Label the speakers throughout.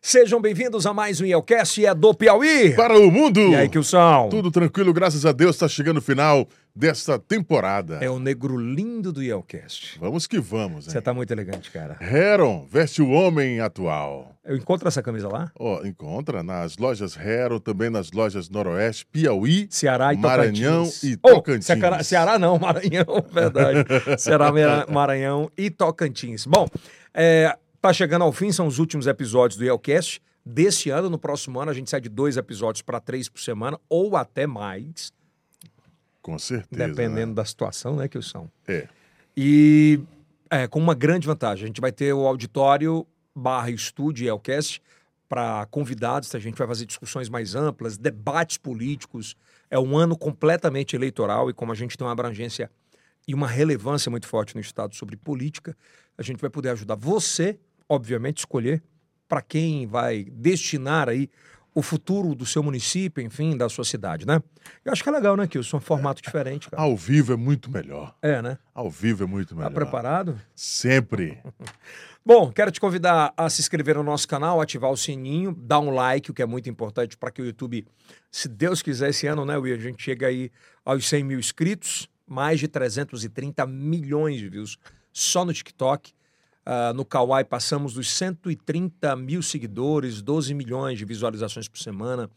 Speaker 1: Sejam bem-vindos a mais um Yelcast e é do Piauí.
Speaker 2: Para o mundo!
Speaker 1: E aí, Kilson?
Speaker 2: Tudo tranquilo, graças a Deus, está chegando o final desta temporada.
Speaker 1: É o negro lindo do Yelcast.
Speaker 2: Vamos que vamos,
Speaker 1: Você
Speaker 2: hein?
Speaker 1: tá muito elegante, cara.
Speaker 2: Heron veste o homem atual.
Speaker 1: Eu encontro essa camisa lá?
Speaker 2: Ó, encontra nas lojas Heron, também nas lojas Noroeste, Piauí,
Speaker 1: Ceará e
Speaker 2: Maranhão
Speaker 1: Tocantins.
Speaker 2: e
Speaker 1: Oh,
Speaker 2: Tocantins.
Speaker 1: Ceará, Ceará não, Maranhão, verdade. Ceará, Mara- Maranhão e Tocantins. Bom, é, tá chegando ao fim, são os últimos episódios do Yelcast. Desse ano, no próximo ano, a gente sai de dois episódios para três por semana, ou até mais,
Speaker 2: Com certeza.
Speaker 1: dependendo
Speaker 2: né?
Speaker 1: da situação, né, Kilson?
Speaker 2: É.
Speaker 1: E é, com uma grande vantagem. A gente vai ter o auditório barra estúdio e Elcast para convidados. A gente vai fazer discussões mais amplas, debates políticos. É um ano completamente eleitoral e como a gente tem uma abrangência e uma relevância muito forte no Estado sobre política, a gente vai poder ajudar você, obviamente, escolher para quem vai destinar aí o futuro do seu município, enfim, da sua cidade, né? Eu acho que é legal, né, Kilson? É um formato diferente, cara.
Speaker 2: Ao vivo é muito melhor.
Speaker 1: É, né?
Speaker 2: Ao vivo é muito
Speaker 1: Tá
Speaker 2: melhor.
Speaker 1: preparado?
Speaker 2: Sempre.
Speaker 1: Bom, quero te convidar a se inscrever no nosso canal, ativar o sininho, dar um like, o que é muito importante para que o YouTube, se Deus quiser, esse ano, né, Will, a gente chega aí aos 100 mil inscritos, mais de 330 milhões de views só no TikTok. Ah, no Kawaii passamos dos 130 mil seguidores, 12 milhões de visualizações por semana.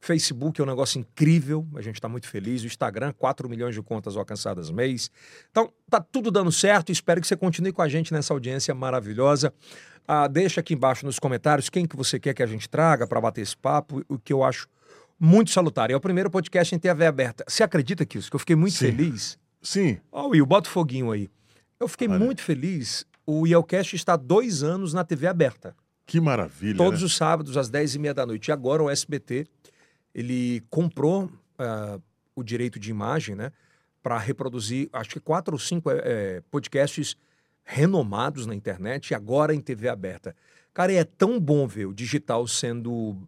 Speaker 1: Facebook é um negócio incrível, a gente está muito feliz. O Instagram, 4 milhões de contas alcançadas mês. Então, tá tudo dando certo. Espero que você continue com a gente nessa audiência maravilhosa. Ah, deixa aqui embaixo nos comentários quem que você quer que a gente traga para bater esse papo, o que eu acho muito salutar. É o primeiro podcast em TV aberta. Você acredita, Kilson, que eu fiquei muito
Speaker 2: Sim.
Speaker 1: feliz?
Speaker 2: Sim,
Speaker 1: Ó, Will, bota o foguinho aí. Eu fiquei
Speaker 2: Olha.
Speaker 1: muito feliz. O Yelcast está há dois anos na TV aberta.
Speaker 2: que maravilha.
Speaker 1: Todos
Speaker 2: né?
Speaker 1: os sábados, às 10h30 da noite. E agora o SBT, ele comprou ah, o direito de imagem, né? Para reproduzir, acho que quatro ou cinco eh, eh, podcasts renomados na internet e agora em TV aberta. Cara, e é tão bom ver o digital sendo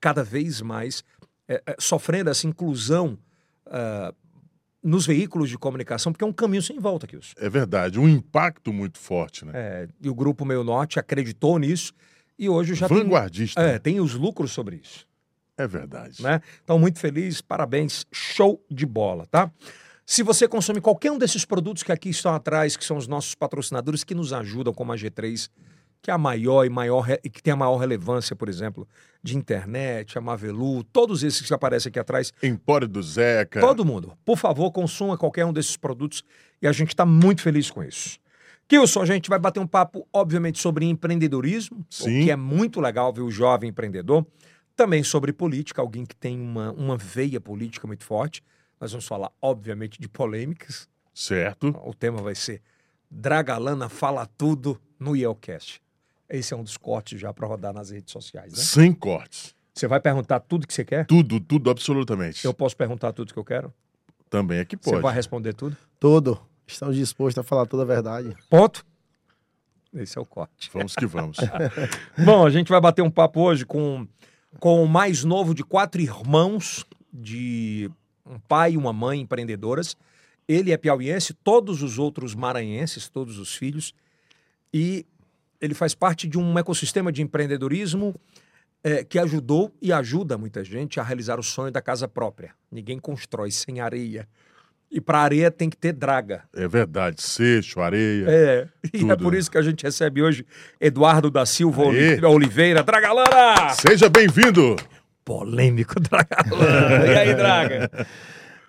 Speaker 1: cada vez mais eh, eh, sofrendo essa inclusão ah, nos veículos de comunicação, porque é um caminho sem volta, Kilson.
Speaker 2: É verdade, um impacto muito forte, né?
Speaker 1: É, e o Grupo Meio Norte acreditou nisso e hoje já tem
Speaker 2: Vanguardista.
Speaker 1: é, tem os lucros sobre isso,
Speaker 2: É verdade.
Speaker 1: né? Então, muito feliz, parabéns, show de bola, tá? Se você consome qualquer um desses produtos que aqui estão atrás, que são os nossos patrocinadores que nos ajudam, como a G3, que é a maior e maior re- e que tem a maior relevância, por exemplo, de internet, a Mavelu, todos esses que aparecem aqui atrás,
Speaker 2: Empório do Zeca.
Speaker 1: Todo mundo, por favor, consuma qualquer um desses produtos e a gente está muito feliz com isso. Kilson, a gente vai bater um papo, obviamente, sobre empreendedorismo, o
Speaker 2: Sim.
Speaker 1: que é muito legal ver o jovem empreendedor. Também sobre política, alguém que tem uma, uma veia política muito forte. Nós vamos falar, obviamente, de polêmicas.
Speaker 2: Certo.
Speaker 1: O tema vai ser Dragalana fala tudo no Yelcast. Esse é um dos cortes já para rodar nas redes sociais, né?
Speaker 2: Sem cortes.
Speaker 1: Você vai perguntar tudo que você quer?
Speaker 2: Tudo, tudo, absolutamente.
Speaker 1: Eu posso perguntar tudo que eu quero?
Speaker 2: Também é que
Speaker 1: Você
Speaker 2: pode.
Speaker 1: vai responder tudo?
Speaker 3: Todo. Estamos dispostos a falar toda a verdade.
Speaker 1: Ponto. Esse é o corte.
Speaker 2: Vamos que vamos.
Speaker 1: Bom, a gente vai bater um papo hoje com, com o mais novo de quatro irmãos, de um pai e uma mãe empreendedoras. Ele é piauiense, todos os outros maranhenses, todos os filhos. E ele faz parte de um ecossistema de empreendedorismo eh, que ajudou e ajuda muita gente a realizar o sonho da casa própria. Ninguém constrói sem areia. E para areia tem que ter draga.
Speaker 2: é verdade. Seixo, areia.
Speaker 1: É, e é
Speaker 2: Tudo,
Speaker 1: por
Speaker 2: né?
Speaker 1: isso que a gente recebe hoje Eduardo da Silva
Speaker 2: Aê.
Speaker 1: Oli- Oliveira, Dragalana!
Speaker 2: Seja bem-vindo.
Speaker 1: Polêmico Dragalana. E aí, Draga?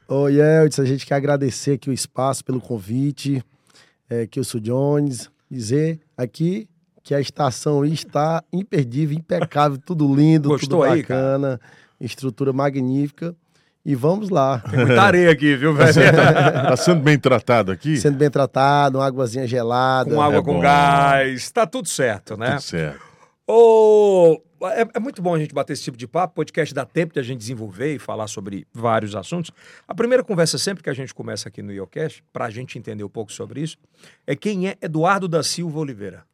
Speaker 3: Ô, Yeldis, a gente quer agradecer aqui o espaço pelo convite, é, que eu sou Jones, dizer aqui que a estação aí está imperdível, impecável, tudo lindo,
Speaker 1: Gostou
Speaker 3: tudo
Speaker 1: aí,
Speaker 3: bacana, estrutura magnífica. E vamos lá,
Speaker 1: Tem muita areia aqui, viu, velho?
Speaker 2: Está Tá sendo bem tratado aqui?
Speaker 3: sendo bem tratado, uma águazinha gelada.
Speaker 1: com água
Speaker 2: É
Speaker 1: com
Speaker 2: bom.
Speaker 1: gás, tá tudo certo, né?
Speaker 2: Tudo certo.
Speaker 1: Ô, é, é muito bom a gente bater esse tipo de papo. Podcast dá tempo de a gente desenvolver e falar sobre vários assuntos. A primeira conversa, sempre que a gente começa aqui no IOCast, para a gente entender um pouco sobre isso, é quem é Eduardo da Silva Oliveira.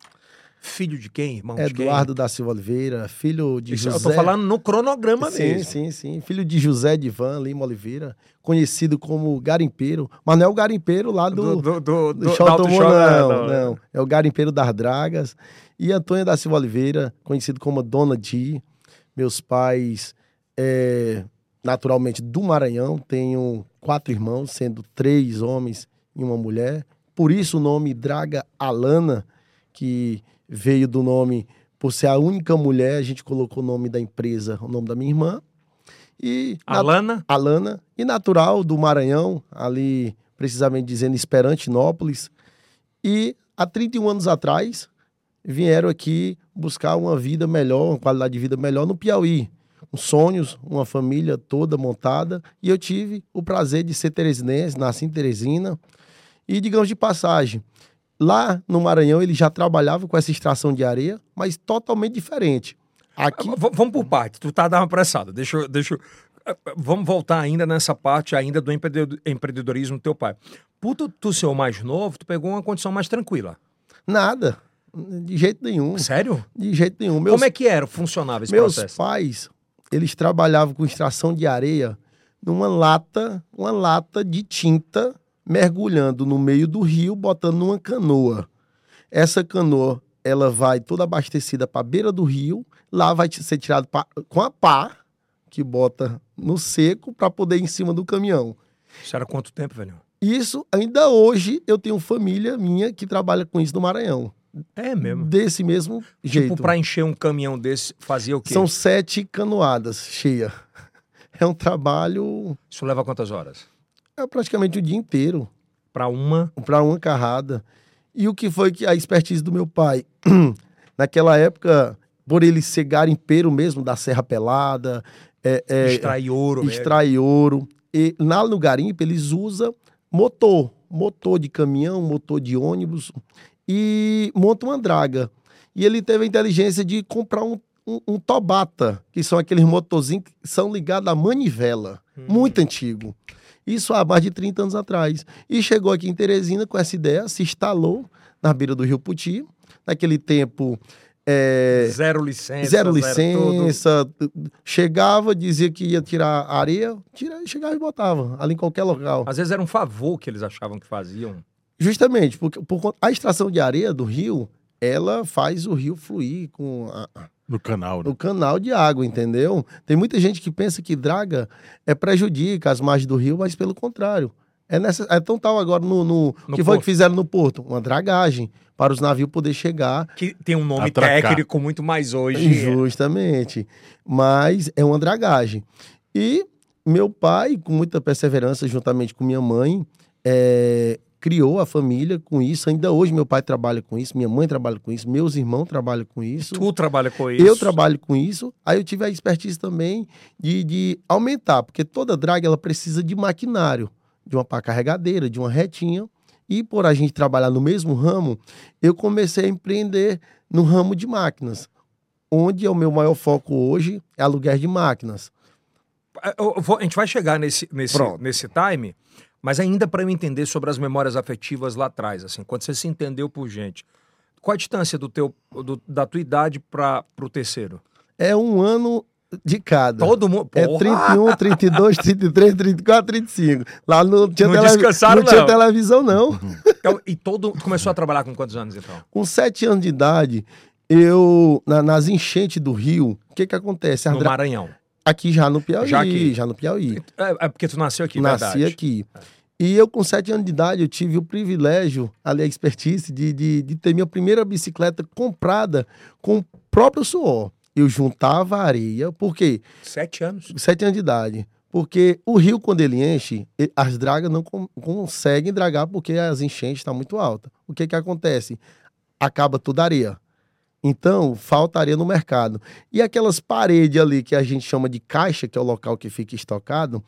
Speaker 1: Filho de quem, irmão de quem?
Speaker 3: É, Eduardo da Silva Oliveira, filho de
Speaker 1: Isso,
Speaker 3: José.
Speaker 1: Eu tô falando no cronograma
Speaker 3: sim,
Speaker 1: mesmo.
Speaker 3: Sim, sim, Filho de José de Ivan Lima Oliveira, conhecido como garimpeiro. Mas não é o garimpeiro lá do,
Speaker 1: do, do, do,
Speaker 3: do,
Speaker 1: do
Speaker 3: Show
Speaker 1: da
Speaker 3: Tomou, É
Speaker 1: Auto Show, né?
Speaker 3: não, não. É o garimpeiro das dragas. E Antônia da Silva Oliveira, conhecido como Dona Di. Meus pais, é, naturalmente, do Maranhão. Tenho quatro irmãos, sendo três homens e uma mulher. Por isso o nome Draga Alana, que veio do nome, por ser a única mulher, a gente colocou o nome da empresa, o nome da minha irmã. E na-
Speaker 1: Alana?
Speaker 3: Alana, e natural do Maranhão, ali precisamente dizendo Esperantinópolis. E há 31 anos atrás vieram aqui buscar uma vida melhor, uma qualidade de vida melhor no Piauí. Com sonhos, uma família toda montada. E eu tive o prazer de ser teresinense, nasci em Teresina. E digamos de passagem, lá no Maranhão ele já trabalhava com essa extração de areia, mas totalmente diferente. Aqui,
Speaker 1: V- vamos por parte. Tu tá dando uma apressada. Deixa, eu- deixa. eu- eh, eh, Vamos voltar ainda nessa parte ainda do empreendedor- empreendedorismo do teu pai. Por tu, tu ser o mais novo, tu pegou uma condição mais tranquila.
Speaker 3: nada. De jeito nenhum.
Speaker 1: Sério?
Speaker 3: De jeito nenhum. Hum. Meus
Speaker 1: Como é que era? Funcionava esse
Speaker 3: Meus
Speaker 1: processo?
Speaker 3: pais, eles trabalhavam com extração de areia numa lata, uma lata de tinta, mergulhando no meio do rio, botando numa canoa. Essa canoa, ela vai toda abastecida para a beira do rio, lá vai ser tirado pa- com a pá, que bota no seco, para poder ir em cima do caminhão.
Speaker 1: Isso era quanto tempo, velho?
Speaker 3: Isso, ainda hoje, eu tenho família minha que trabalha com isso no Maranhão.
Speaker 1: É mesmo.
Speaker 3: Desse mesmo Hum, jeito.
Speaker 1: Tipo, pra encher um caminhão desse, fazia o quê?
Speaker 3: São sete canoadas cheia. É um trabalho
Speaker 1: Isso leva quantas horas?
Speaker 3: é praticamente o dia inteiro
Speaker 1: Pra uma.
Speaker 3: para uma carrada. E o que foi que a expertise do meu pai? Naquela época, por ele ser garimpeiro mesmo da Serra Pelada, é, é,
Speaker 1: extrair ouro. né?
Speaker 3: extrai ouro. E lá no garimpo eles usam motor, motor de caminhão, motor de ônibus e monta uma draga. E ele teve a inteligência de comprar um, um, um Tobata, que são aqueles motorzinhos que são ligados à manivela,
Speaker 1: Hum.
Speaker 3: muito antigo. Isso há mais de 30 anos atrás. E chegou aqui em Teresina com essa ideia, se instalou na beira do Rio Puti. Naquele tempo, é,
Speaker 1: Zero licença.
Speaker 3: Zero
Speaker 1: tudo.
Speaker 3: licença. Chegava, dizia que ia tirar a areia, tira, chegava e botava, ali em qualquer local.
Speaker 1: Às vezes era um favor que eles achavam que faziam.
Speaker 3: Justamente, porque por conta- a extração de areia do rio, ela faz o rio fluir com a-
Speaker 2: No canal, né?
Speaker 3: o canal de água, entendeu? Tem muita gente que pensa que draga é prejudica as margens do rio, mas pelo contrário. É, nessa, é tão tal agora no, no-
Speaker 1: No
Speaker 3: que foi
Speaker 1: porto.
Speaker 3: que fizeram no porto? Uma dragagem para os navios poder chegar
Speaker 1: Que tem um nome
Speaker 2: Atracar.
Speaker 1: técnico muito mais hoje. é.
Speaker 3: Justamente. Mas é uma dragagem. E meu pai, com muita perseverança, juntamente com minha mãe, eh, criou a família com isso. Ainda hoje meu pai trabalha com isso, minha mãe trabalha com isso, meus irmãos trabalham com isso.
Speaker 1: Tu trabalha com isso.
Speaker 3: Eu trabalho com isso. Aí eu tive a expertise também de, de aumentar, porque toda drag ela precisa de maquinário, de uma pá carregadeira, de uma retinha. E por a gente trabalhar no mesmo ramo, eu comecei a empreender no ramo de máquinas, onde é o meu maior foco hoje é aluguel de máquinas.
Speaker 1: Ah, eu vou- a gente vai chegar nesse, nesse,
Speaker 3: Pronto.
Speaker 1: nesse time, mas ainda para eu entender sobre as memórias afetivas lá atrás, assim, quando você se entendeu por gente. Qual a distância do teu, do- da tua idade para o terceiro?
Speaker 3: É um ano de cada.
Speaker 1: Todo mundo.
Speaker 3: É
Speaker 1: Porra!
Speaker 3: 31, 32, 33, 34, 35. Lá não tinha,
Speaker 1: Não
Speaker 3: televi-
Speaker 1: descansaram,
Speaker 3: não tinha
Speaker 1: não.
Speaker 3: televisão, não.
Speaker 1: Então, e todo. tu Começou a trabalhar com quantos anos, então?
Speaker 3: Com sete anos de idade, eu, na- nas enchentes do rio, o que que acontece? A
Speaker 1: No
Speaker 3: dra-
Speaker 1: Maranhão.
Speaker 3: Aqui já no Piauí,
Speaker 1: Já
Speaker 3: já,
Speaker 1: aqui.
Speaker 3: no Piauí.
Speaker 1: É, é porque tu nasceu aqui,
Speaker 3: Nasci
Speaker 1: verdade. É.
Speaker 3: aqui. E eu, com sete anos de idade, eu tive o privilégio, ali a expertise, de, de, de ter minha primeira bicicleta comprada com o próprio suor. Eu juntava areia, por quê?
Speaker 1: Sete anos.
Speaker 3: Sete anos de idade. Porque o rio, quando ele enche, e- as dragas não con- conseguem dragar porque as enchentes estão muito altas. O que que acontece? Acaba toda a areia. Então, falta areia no mercado. E aquelas paredes ali que a gente chama de caixa, que é o local que fica estocado,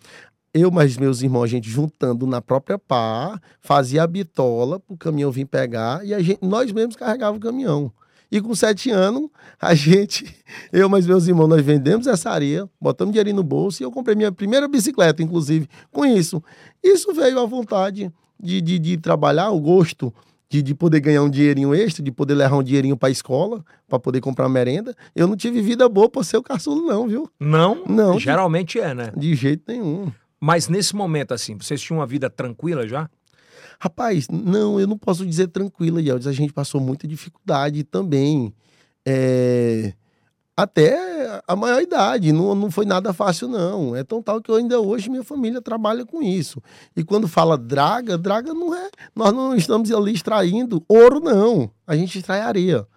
Speaker 3: eu mais meus irmãos, a gente juntando na própria pá, fazia a bitola para o caminhão vir pegar e a gente, nós mesmos carregava o caminhão. E com sete anos, a gente, eu mais meus irmãos, nós vendemos essa areia, botamos dinheirinho no bolso e eu comprei minha primeira bicicleta, inclusive, com isso. Isso veio à vontade de, de, de trabalhar, o gosto de, de poder ganhar um dinheirinho extra, de poder levar um dinheirinho para a escola, para poder comprar merenda. Eu não tive vida boa por ser o caçulo, não, viu?
Speaker 1: Não?
Speaker 3: Não.
Speaker 1: Geralmente é, né?
Speaker 3: De jeito nenhum.
Speaker 1: Mas nesse momento, assim, vocês tinham uma vida tranquila já?
Speaker 3: Rapaz, não, eu não posso dizer tranquila, Yeldes. A gente passou muita dificuldade também. É, até a maior idade, não, não foi nada fácil, não. É tão tal que eu, ainda hoje minha família trabalha com isso. E quando fala draga, draga não é. Nós não estamos ali extraindo ouro, não. A gente extrai areia.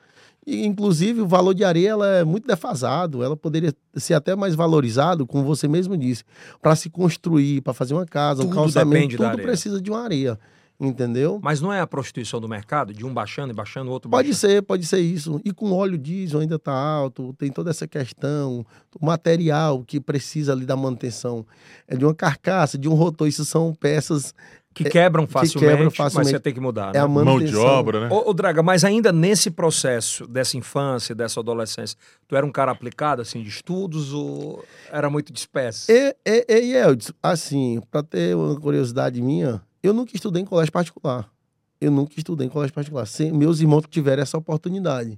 Speaker 3: E, inclusive, o valor de areia ela é muito defasado. Ela poderia ser até mais valorizado, como você mesmo disse, para se construir, para fazer uma casa, um
Speaker 1: Tudo depende
Speaker 3: calçamento.
Speaker 1: da
Speaker 3: Tudo
Speaker 1: areia.
Speaker 3: precisa de uma areia. Entendeu?
Speaker 1: Mas não é a prostituição do mercado, de um baixando e baixando, o outro
Speaker 3: Pode
Speaker 1: baixando.
Speaker 3: ser, pode ser isso. E com óleo diesel ainda está alto, tem toda essa questão, o material que precisa ali da manutenção, é de uma carcaça, de um rotor, isso são peças,
Speaker 1: Que quebram facilmente,
Speaker 3: quebram
Speaker 1: mas você
Speaker 3: facilmente.
Speaker 1: tem que mudar,
Speaker 3: é
Speaker 1: né?
Speaker 3: a
Speaker 2: Mão de
Speaker 3: manutenção.
Speaker 2: obra, né?
Speaker 1: Ô, ô, Draga, mas ainda nesse processo dessa infância, dessa adolescência, tu era um cara aplicado, assim, de estudos ou era muito disperso?
Speaker 3: E, e, e Eldis, assim, para ter uma curiosidade minha, eu nunca estudei em colégio particular. Eu nunca estudei em colégio particular. Sem, meus irmãos tiveram essa oportunidade.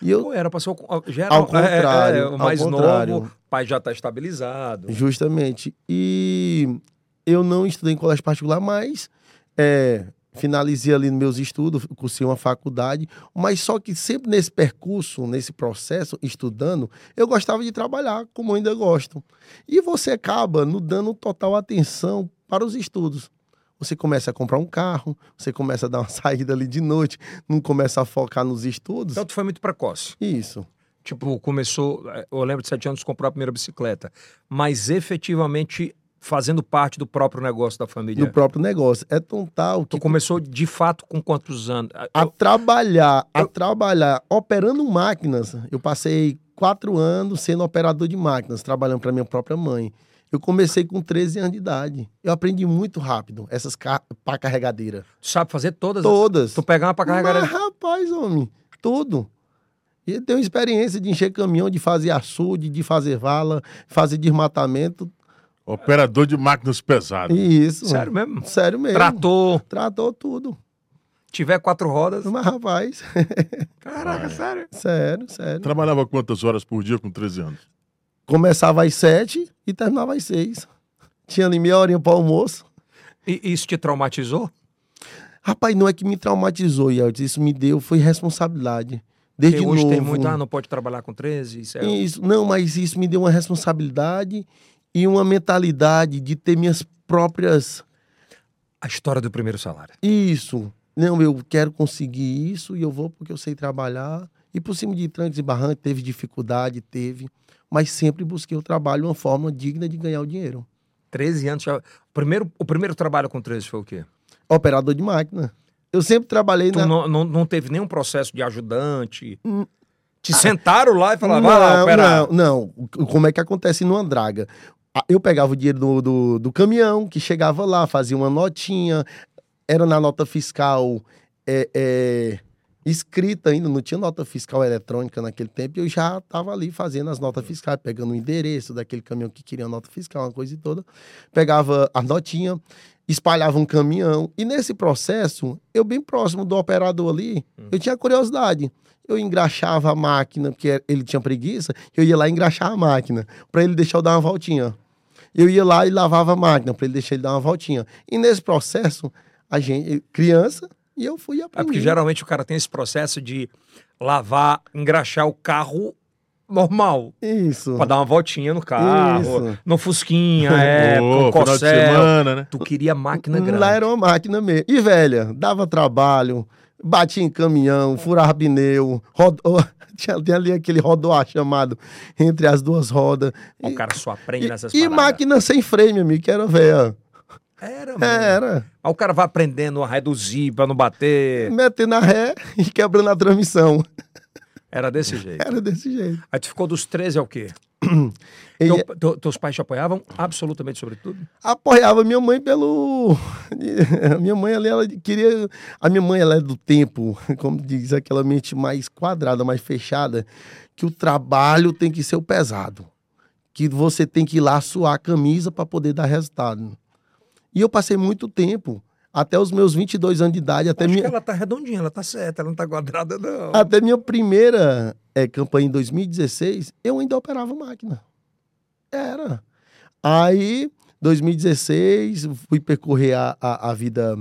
Speaker 3: E eu,
Speaker 1: Ou era pra ser o, con- já era,
Speaker 3: Ao
Speaker 1: é, é,
Speaker 3: contrário,
Speaker 1: o
Speaker 3: ao
Speaker 1: mais
Speaker 3: contrário.
Speaker 1: novo, o pai já tá estabilizado.
Speaker 3: Então. Justamente. E eu não estudei em colégio particular, mas é, finalizei ali nos meus estudos, cursei uma faculdade, mas só que sempre nesse percurso, nesse processo, estudando, eu gostava de trabalhar, como eu ainda gosto. E você acaba no dando total atenção para os estudos. Você começa a comprar um carro, você começa a dar uma saída ali de noite, não começa a focar nos estudos.
Speaker 1: Então tu foi muito precoce.
Speaker 3: Isso.
Speaker 1: Tipo, começou, eh, eu lembro de sete anos, comprou a primeira bicicleta. Mas efetivamente fazendo parte do próprio negócio da família.
Speaker 3: No próprio negócio. É tão tal que
Speaker 1: Tu começou de fato com quantos anos? Ah,
Speaker 3: a trabalhar, a trabalhar operando máquinas. Eu passei quatro anos sendo operador de máquinas, trabalhando para minha própria mãe. Eu comecei com 13 anos de idade. Eu aprendi muito rápido essas ca... pá carregadeira.
Speaker 1: Tu sabe fazer todas?
Speaker 3: Todas.
Speaker 1: Tu pegar uma pra carregar.
Speaker 3: Mas, rapaz, homem, tudo. E eu tenho experiência de encher caminhão, de fazer açude, de fazer vala, fazer desmatamento.
Speaker 2: Operador de máquinas pesadas.
Speaker 3: E isso.
Speaker 1: Sério mesmo?
Speaker 3: Sério mesmo.
Speaker 1: Trator,
Speaker 3: Tratou tudo.
Speaker 1: tiver quatro rodas. É.
Speaker 3: Mas, rapaz,
Speaker 1: Caraca, sério.
Speaker 3: sério, sério.
Speaker 2: Trabalhava quantas horas por dia com 13 anos?
Speaker 3: começava às sete e terminava às seis. Tinha ali meia horinha para almoço.
Speaker 1: E isso te traumatizou?
Speaker 3: Rapaz, não é que me traumatizou, Yeltsin. Isso me deu, foi responsabilidade. Desde
Speaker 1: Porque hoje
Speaker 3: novo.
Speaker 1: tem muito, ah, não pode trabalhar com 13, isso é...
Speaker 3: Isso, não, mas isso me deu uma responsabilidade e uma mentalidade de ter minhas próprias
Speaker 1: A história do primeiro salário.
Speaker 3: Isso. Não, eu quero conseguir isso e eu vou porque eu sei trabalhar. E por cima de trancos e barrancos, teve dificuldade, teve. Mas sempre busquei o trabalho, uma forma digna de ganhar o dinheiro.
Speaker 1: 13 anos já... Primeiro, o primeiro trabalho com 13 foi o quê?
Speaker 3: Operador de máquina. Eu sempre trabalhei
Speaker 1: Tu
Speaker 3: na.
Speaker 1: não, não, não teve nenhum processo de ajudante? Te sentaram lá e falaram, vai lá,
Speaker 3: Hum. não,
Speaker 1: operar.
Speaker 3: não, não. O- Como é que acontece numa draga? Ah, Eu pegava o dinheiro do, do, do caminhão, que chegava lá, fazia uma notinha, era na nota fiscal é, é, escrita ainda, não tinha nota fiscal eletrônica naquele tempo, e eu já estava ali fazendo as notas fiscais, pegando o endereço daquele caminhão que queria a nota fiscal, uma coisa e toda. Pegava a notinha, espalhava um caminhão, e nesse processo, eu bem próximo do operador ali,
Speaker 1: Uhum.
Speaker 3: eu tinha curiosidade eu engraxava a máquina, porque ele tinha preguiça, eu ia lá engraxar a máquina, para ele deixar eu dar uma voltinha. Eu ia lá e lavava a máquina, para ele deixar ele dar uma voltinha. E nesse processo, a gente, criança, e eu fui
Speaker 1: É
Speaker 3: aprendendo.
Speaker 1: porque geralmente o cara tem esse processo de lavar, engraxar o carro normal.
Speaker 3: Isso.
Speaker 1: Pra dar uma voltinha no carro,
Speaker 3: Isso.
Speaker 1: no Fusquinha, é,
Speaker 2: Ô,
Speaker 1: no
Speaker 2: final de
Speaker 1: Corsel.
Speaker 2: semana, né?
Speaker 1: Tu queria máquina grande.
Speaker 3: Hum, Lá é- era uma máquina mesmo. E velha, dava trabalho, batia em caminhão, furava pneu, rodou... tinha tinha ali aquele rodoar chamado entre as duas rodas.
Speaker 1: O cara só aprende
Speaker 3: E,
Speaker 1: nessas
Speaker 3: e
Speaker 1: paradas.
Speaker 3: máquina É. sem freio, meu amigo, que era velha.
Speaker 1: Era, mano.
Speaker 3: Era.
Speaker 1: Aí o cara vai aprendendo a reduzir pra não bater.
Speaker 3: metendo a ré e quebrando a transmissão.
Speaker 1: Era desse jeito.
Speaker 3: Era desse jeito.
Speaker 1: Aí tu ficou dos 13 ao quê?
Speaker 3: E é-
Speaker 1: Teu- teu- teus pais te apoiavam absolutamente sobre tudo?
Speaker 3: apoiava minha mãe pelo. A minha mãe ali, ela queria. A minha mãe, ela é do tempo, como diz, aquela mente mais quadrada, mais fechada, que o trabalho tem que ser o pesado. Que você tem que ir lá suar a camisa para poder dar resultado. E eu passei muito tempo, até os meus 22 anos de idade, até
Speaker 1: Acho
Speaker 3: minha. Ah,
Speaker 1: que ela tá redondinha, ela tá certa, ela não tá quadrada, não.
Speaker 3: Até minha primeira eh, campanha em 2016, eu ainda operava máquina. Era. Aí, 2016, fui percorrer a, a, a vida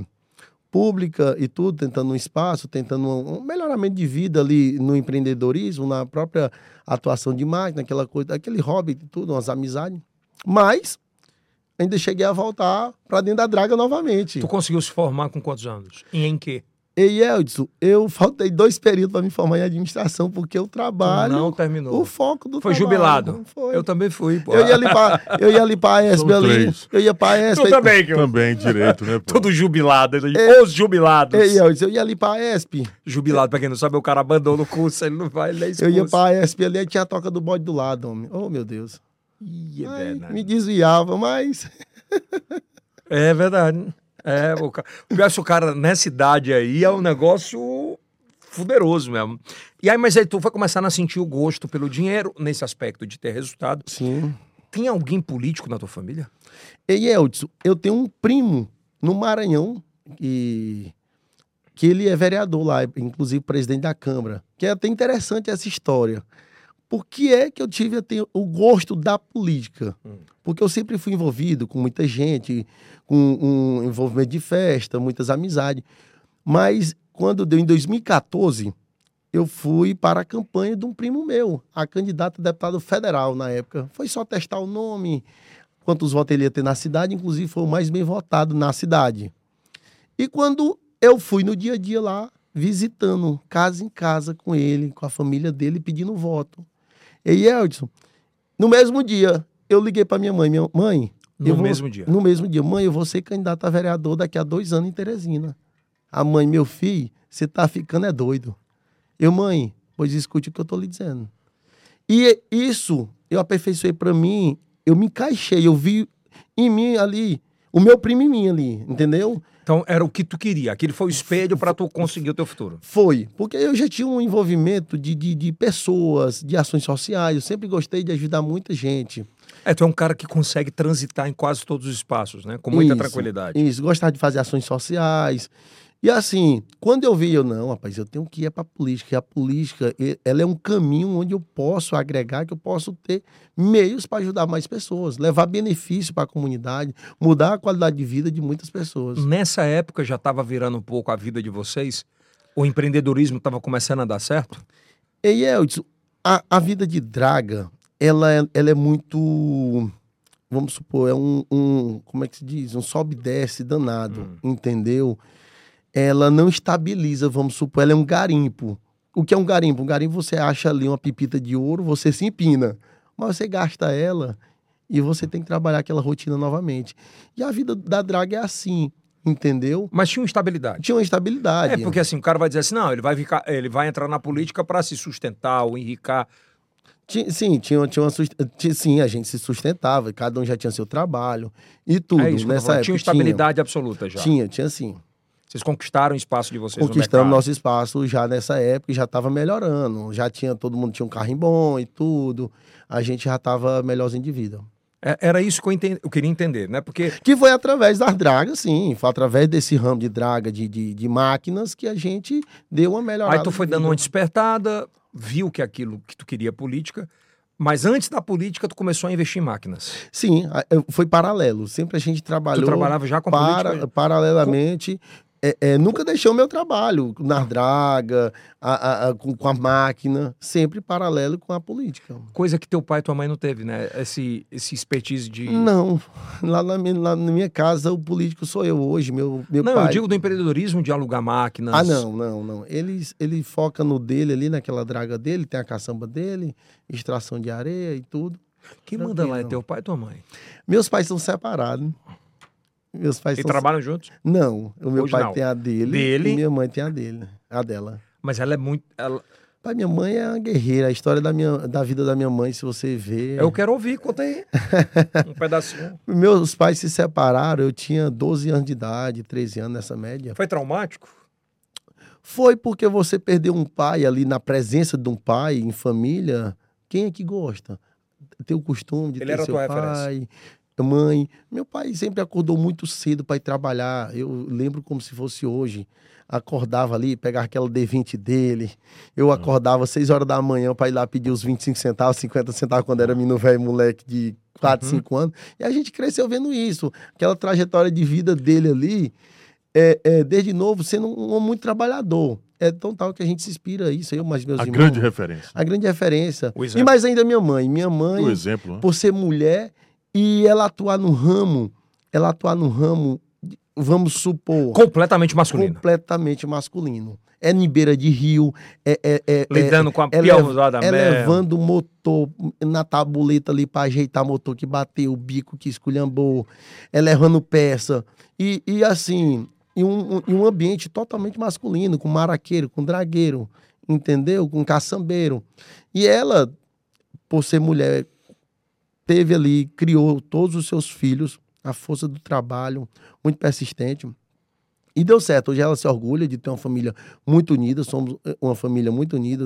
Speaker 3: pública e tudo, tentando um espaço, tentando um, um melhoramento de vida ali no empreendedorismo, na própria atuação de marketing, aquela coisa, aquele hobby e tudo, umas amizades. Mas ainda cheguei a voltar para dentro da draga novamente.
Speaker 1: Tu conseguiu se formar com quantos anos? E em quê?
Speaker 3: E Eldson, eu faltei dois períodos para me formar em administração, porque eu trabalho.
Speaker 1: não terminou.
Speaker 3: O foco do
Speaker 1: Foi
Speaker 3: trabalho,
Speaker 1: jubilado.
Speaker 3: não Foi.
Speaker 1: Eu também fui, pô.
Speaker 3: Eu ia limpar, eu ia limpar a ESP
Speaker 2: São
Speaker 3: ali.
Speaker 2: três.
Speaker 3: Eu ia para a ESP.
Speaker 1: Tu também, que eu...
Speaker 2: Também direito, né? pô?
Speaker 1: Todo jubilado. ele- Os jubilados.
Speaker 3: Ei, Eldson, eu ia ali para a ESP.
Speaker 1: Jubilado, pra quem não sabe, é o cara abandona o curso, ele não vai, ele é
Speaker 3: Eu ia
Speaker 1: expulso.
Speaker 3: para a ESP ali e tinha a toca do bode do lado, homem. Oh, meu Deus.
Speaker 1: Ih, é
Speaker 3: Ai,
Speaker 1: verdade.
Speaker 3: me desviava, mas.
Speaker 1: É verdade. É, o cara, o pior é que o cara nessa idade aí é um negócio fuderoso mesmo. E aí, mas aí tu foi começando a sentir o gosto pelo dinheiro nesse aspecto de ter resultado.
Speaker 3: Sim.
Speaker 1: Tem alguém político na tua família?
Speaker 3: Ei, Eldson, eu tenho um primo no Maranhão que, que ele é vereador lá, inclusive presidente da Câmara. Que é até interessante essa história. Por que é que eu tive até o gosto da política?
Speaker 1: Hum.
Speaker 3: Porque eu sempre fui envolvido com muita gente, com um envolvimento de festa, muitas amizades. Mas quando deu em 2014, eu fui para a campanha de um primo meu, a candidata a deputado federal na época. Foi só testar o nome, quantos votos ele ia ter na cidade, inclusive foi o mais bem votado na cidade. E quando eu fui no dia a dia lá, visitando casa em casa com ele, com a família dele, pedindo voto. E Eldson, no mesmo dia, eu liguei para minha mãe, minha mãe,
Speaker 1: No
Speaker 3: Eu vou-
Speaker 1: mesmo dia.
Speaker 3: no mesmo dia, mãe, eu vou ser candidato a vereador daqui a dois anos em Teresina. A mãe, meu filho, você tá ficando é doido. Eu, mãe, pois escute o que eu tô lhe dizendo. E isso eu aperfeiçoei pra mim, eu me encaixei, eu vi em mim ali, o meu primo em mim ali, entendeu?
Speaker 1: Então era o que tu queria. Aquele foi o espelho pra tu conseguir o teu futuro.
Speaker 3: Foi, porque eu já tinha um envolvimento de, de, de pessoas, de ações sociais, eu sempre gostei de ajudar muita gente.
Speaker 1: É, tu é um cara que consegue transitar em quase todos os espaços, né? Com muita
Speaker 3: Isso,
Speaker 1: tranquilidade.
Speaker 3: Isso, gostava de fazer ações sociais. E assim, quando eu vi, eu não, rapaz, eu tenho que ir para política. E a política, e- ela é um caminho onde eu posso agregar, que eu posso ter meios para ajudar mais pessoas, levar benefício para a comunidade, mudar a qualidade de vida de muitas pessoas.
Speaker 1: Nessa época já tava virando um pouco a vida de vocês? O empreendedorismo tava começando a dar certo?
Speaker 3: E Eldson, a, a vida de draga, ela é, ela é muito. Vamos supor, é um, um- Como é que se diz? Um sobe e desce danado, entendeu? Ela não estabiliza, vamos supor, ela é um garimpo. O que é um garimpo? Um garimpo você acha ali uma pepita de ouro, você se empina, mas você gasta ela e você tem que trabalhar aquela rotina novamente. E a vida da draga é assim, entendeu?
Speaker 1: Mas tinha uma estabilidade.
Speaker 3: Tinha uma estabilidade.
Speaker 1: É, porque assim, o cara vai dizer assim, não, ele vai, ficar, ele vai entrar na política para se sustentar ou enricar.
Speaker 3: Ti- sim, tinha, tinha uma sust- ti- sim, a gente se sustentava, cada um já tinha seu trabalho e tudo.
Speaker 1: é isso, que eu tô
Speaker 3: nessa
Speaker 1: falando.
Speaker 3: época,
Speaker 1: tinha uma estabilidade absoluta já.
Speaker 3: Tinha, tinha sim.
Speaker 1: Vocês conquistaram o espaço de vocês
Speaker 3: Conquistamos
Speaker 1: no mercado.
Speaker 3: nosso espaço já nessa época e já estava melhorando. Já tinha, todo mundo tinha um carrinho bom e tudo. A gente já estava melhorzinho de vida.
Speaker 1: É, era isso que eu, enten- eu queria entender, né? Porque
Speaker 3: Que foi através das dragas, sim. Foi através desse ramo de draga, de, de, de máquinas, que a gente deu uma melhorada.
Speaker 1: aí tu foi
Speaker 3: de
Speaker 1: dando
Speaker 3: vida.
Speaker 1: uma despertada, viu que aquilo que tu queria é política, mas antes da política tu começou a investir em máquinas.
Speaker 3: Sim, a- eu- foi paralelo. Sempre a gente
Speaker 1: Tu
Speaker 3: trabalhou...
Speaker 1: trabalhava já com
Speaker 3: Para-
Speaker 1: política?
Speaker 3: paralelamente. é, é, nunca deixei o meu trabalho na draga, a- a- a- com, com a máquina, sempre paralelo com a política.
Speaker 1: Coisa que teu pai e tua mãe não teve, né? Esse, esse expertise de...
Speaker 3: Não, lá na, minha, lá na minha casa o político sou eu hoje, meu, meu
Speaker 1: Não,
Speaker 3: pai.
Speaker 1: eu digo do empreendedorismo, de alugar máquinas.
Speaker 3: Ah, não, não, não. Ele, ele foca no dele ali, naquela draga dele, tem a caçamba dele, extração de areia e tudo.
Speaker 1: Quem manda lá é
Speaker 3: Tranquilo.
Speaker 1: teu pai e tua mãe?
Speaker 3: Meus pais são separados. Meus pais
Speaker 1: E
Speaker 3: são
Speaker 1: trabalham juntos?
Speaker 3: Não, o meu
Speaker 1: Hoje
Speaker 3: pai
Speaker 1: não.
Speaker 3: tem a dele,
Speaker 1: Dele?
Speaker 3: e minha mãe tem a dele, a dela.
Speaker 1: Mas ela é muito... ela-
Speaker 3: Pai, minha mãe é uma guerreira. A história da, minha, da vida da minha mãe, se você ver.
Speaker 1: Eu quero ouvir, conta aí. Um pedacinho.
Speaker 3: Meus pais se separaram, eu tinha 12 anos de idade, 13 anos nessa média.
Speaker 1: Foi traumático?
Speaker 3: Foi porque você perdeu um pai ali na presença de um pai em família. Quem é que gosta? Ter o costume de
Speaker 1: Ele
Speaker 3: ter
Speaker 1: era
Speaker 3: seu
Speaker 1: tua
Speaker 3: pai, mãe. Meu pai sempre acordou muito cedo para ir trabalhar. Eu lembro como se fosse hoje. Acordava ali, pegava aquela D20 dele. Eu acordava às 6 horas da manhã para ir lá pedir os 25 centavos, 50 centavos quando era menino velho, moleque de 4,
Speaker 1: Uhum.
Speaker 3: 5 anos. E a gente cresceu vendo isso. Aquela trajetória de vida dele ali é, é, desde novo, sendo um homem muito trabalhador. É tão tal que a gente se inspira a isso, eu mais meus
Speaker 2: A
Speaker 3: irmãos.
Speaker 2: grande referência.
Speaker 3: a grande referência.
Speaker 1: O exemplo.
Speaker 3: E mais ainda minha mãe. Minha mãe,
Speaker 2: O exemplo, né?
Speaker 3: por ser mulher e ela atuar no ramo, ela atuar no ramo, de- vamos supor,
Speaker 1: Completamente masculino.
Speaker 3: completamente masculino. É em beira de rio, é, é, é, é,
Speaker 1: Lidando com a
Speaker 3: ele-
Speaker 1: pior da
Speaker 3: é
Speaker 1: merda.
Speaker 3: levando o motor na tabuleta ali pra ajeitar o motor que bateu, o bico que esculhambou, é levando peça. E, e assim, em um, em um ambiente totalmente masculino, com maraqueiro, com dragueiro, entendeu? Com caçambeiro. E ela, por ser mulher, teve ali, criou todos os seus filhos, a força do trabalho, muito persistente. E deu certo. Hoje ela se orgulha de ter uma família muito unida. Somos eh, uma família muito unida.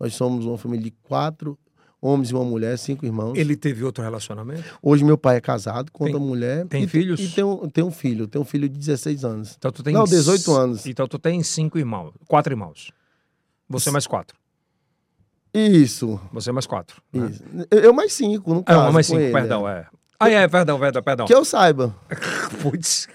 Speaker 3: Nós somos uma família de quatro homens e uma mulher, cinco irmãos.
Speaker 1: Ele teve outro relacionamento?
Speaker 3: Hoje meu pai é casado com
Speaker 1: Tem-
Speaker 3: outra mulher.
Speaker 1: tem
Speaker 3: e,
Speaker 1: filhos?
Speaker 3: E tem um, tem um filho. Tem um filho de 16 anos.
Speaker 1: Então tu tem
Speaker 3: Não, 18 anos.
Speaker 1: Então tu tem cinco irmãos. Quatro irmãos. Você mais quatro.
Speaker 3: Isso.
Speaker 1: Você mais quatro. né?
Speaker 3: isso. Eu, eu mais cinco, no
Speaker 1: É,
Speaker 3: caso.
Speaker 1: uma mais
Speaker 3: Ah, com
Speaker 1: cinco,
Speaker 3: ele,
Speaker 1: perdão, é. Ah, é, perdão, perdão, perdão.
Speaker 3: é. Que eu saiba.
Speaker 1: Putz,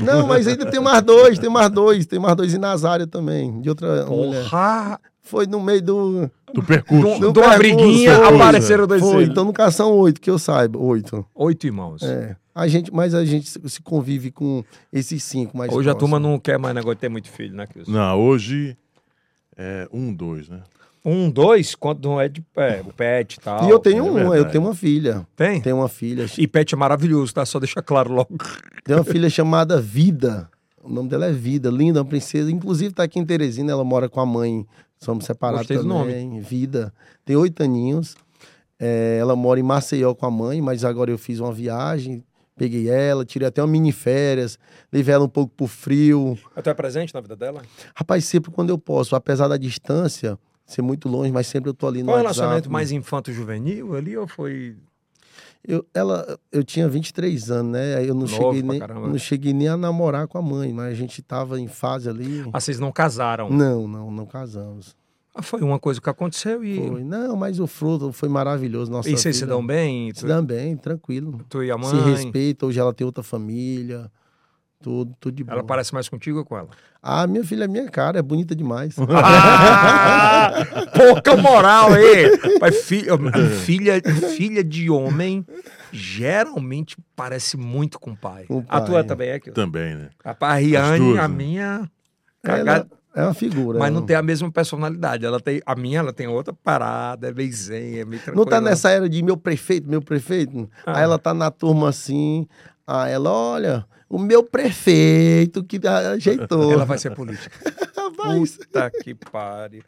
Speaker 3: Não, mas ainda tem mais dois, tem mais dois, tem mais dois em Nazário também, de outra mulher.
Speaker 1: porra!
Speaker 3: Foi no meio do.
Speaker 2: Do percurso.
Speaker 1: Do,
Speaker 3: Não
Speaker 1: do
Speaker 3: pergunto,
Speaker 1: briguinha
Speaker 2: foi.
Speaker 1: apareceram dois
Speaker 3: Foi,
Speaker 1: filhos.
Speaker 3: então nunca são oito, que eu saiba, oito.
Speaker 1: Oito irmãos.
Speaker 3: É. A gente, mas a gente se- se convive com esses cinco mais
Speaker 1: Hoje a turma
Speaker 3: próximos.
Speaker 1: não quer mais negócio de ter muito filho, né, Kilson?
Speaker 2: Não, hoje é um, dois, né?
Speaker 1: Um, dois, quando não é de é, o pet e tal.
Speaker 3: E eu tenho um.
Speaker 2: é
Speaker 3: uma, eu
Speaker 2: verdade.
Speaker 3: tenho uma filha.
Speaker 1: Tem?
Speaker 3: Tenho uma filha.
Speaker 1: E pet é maravilhoso, tá? Só deixar claro logo.
Speaker 3: Tenho uma filha chamada Vida. O nome dela é Vida, linda, uma princesa. Inclusive tá aqui em Teresina, ela mora com a mãe. Somos separados
Speaker 1: Gostei do
Speaker 3: também. Vida. Tem oito aninhos. É, ela mora em Maceió com a mãe, mas agora eu fiz uma viagem, peguei ela, tirei até uma mini férias, levei ela um pouco pro frio.
Speaker 1: Até é presente na vida dela?
Speaker 3: Rapaz, sempre quando eu posso, apesar da distância ser muito longe, mas sempre eu tô ali no
Speaker 1: Foi um
Speaker 3: WhatsApp.
Speaker 1: relacionamento mais infanto-juvenil ali ou foi.
Speaker 3: Eu, ela, eu tinha 23 anos, né? Aí Eu não
Speaker 1: Novo
Speaker 3: cheguei
Speaker 1: pra
Speaker 3: nem,
Speaker 1: caramba.
Speaker 3: não cheguei nem a namorar com a mãe, mas a gente tava em fase ali.
Speaker 1: Ah, vocês não casaram?
Speaker 3: Não, não, não casamos.
Speaker 1: Ah, Foi uma coisa que aconteceu e.
Speaker 3: Foi. Não, mas o fruto foi maravilhoso. Nossa
Speaker 1: e vocês se
Speaker 3: vida.
Speaker 1: dão bem?
Speaker 3: Se
Speaker 1: Tu,
Speaker 3: dão bem, tranquilo.
Speaker 1: tu e a mãe?
Speaker 3: Se respeita, hoje ela tem outra família. Tudo, tudo de bom.
Speaker 1: Ela parece mais contigo ou com ela?
Speaker 3: Ah, minha filha é minha cara, é bonita demais.
Speaker 1: Ah, pouca moral aí. Mas filha, filha, filha de homem geralmente parece muito com o pai.
Speaker 3: Com o
Speaker 1: A
Speaker 3: pai.
Speaker 1: tua também é que
Speaker 2: Também, né?
Speaker 1: A Pariane,
Speaker 2: duas,
Speaker 1: a
Speaker 2: né?
Speaker 1: minha.
Speaker 3: ela
Speaker 1: Cagada,
Speaker 3: é uma figura.
Speaker 1: mas não
Speaker 3: ela-
Speaker 1: tem a mesma personalidade. Ela tem, a minha ela tem outra parada, é bem zen, é meio
Speaker 3: Não
Speaker 1: tranquila.
Speaker 3: tá nessa era de meu prefeito, meu prefeito.
Speaker 1: Ah.
Speaker 3: Aí ela tá na turma assim. Aí ela, olha, o meu prefeito que a- ajeitou.
Speaker 1: Ela vai ser política.
Speaker 3: Rapaz,
Speaker 1: Puta que pare.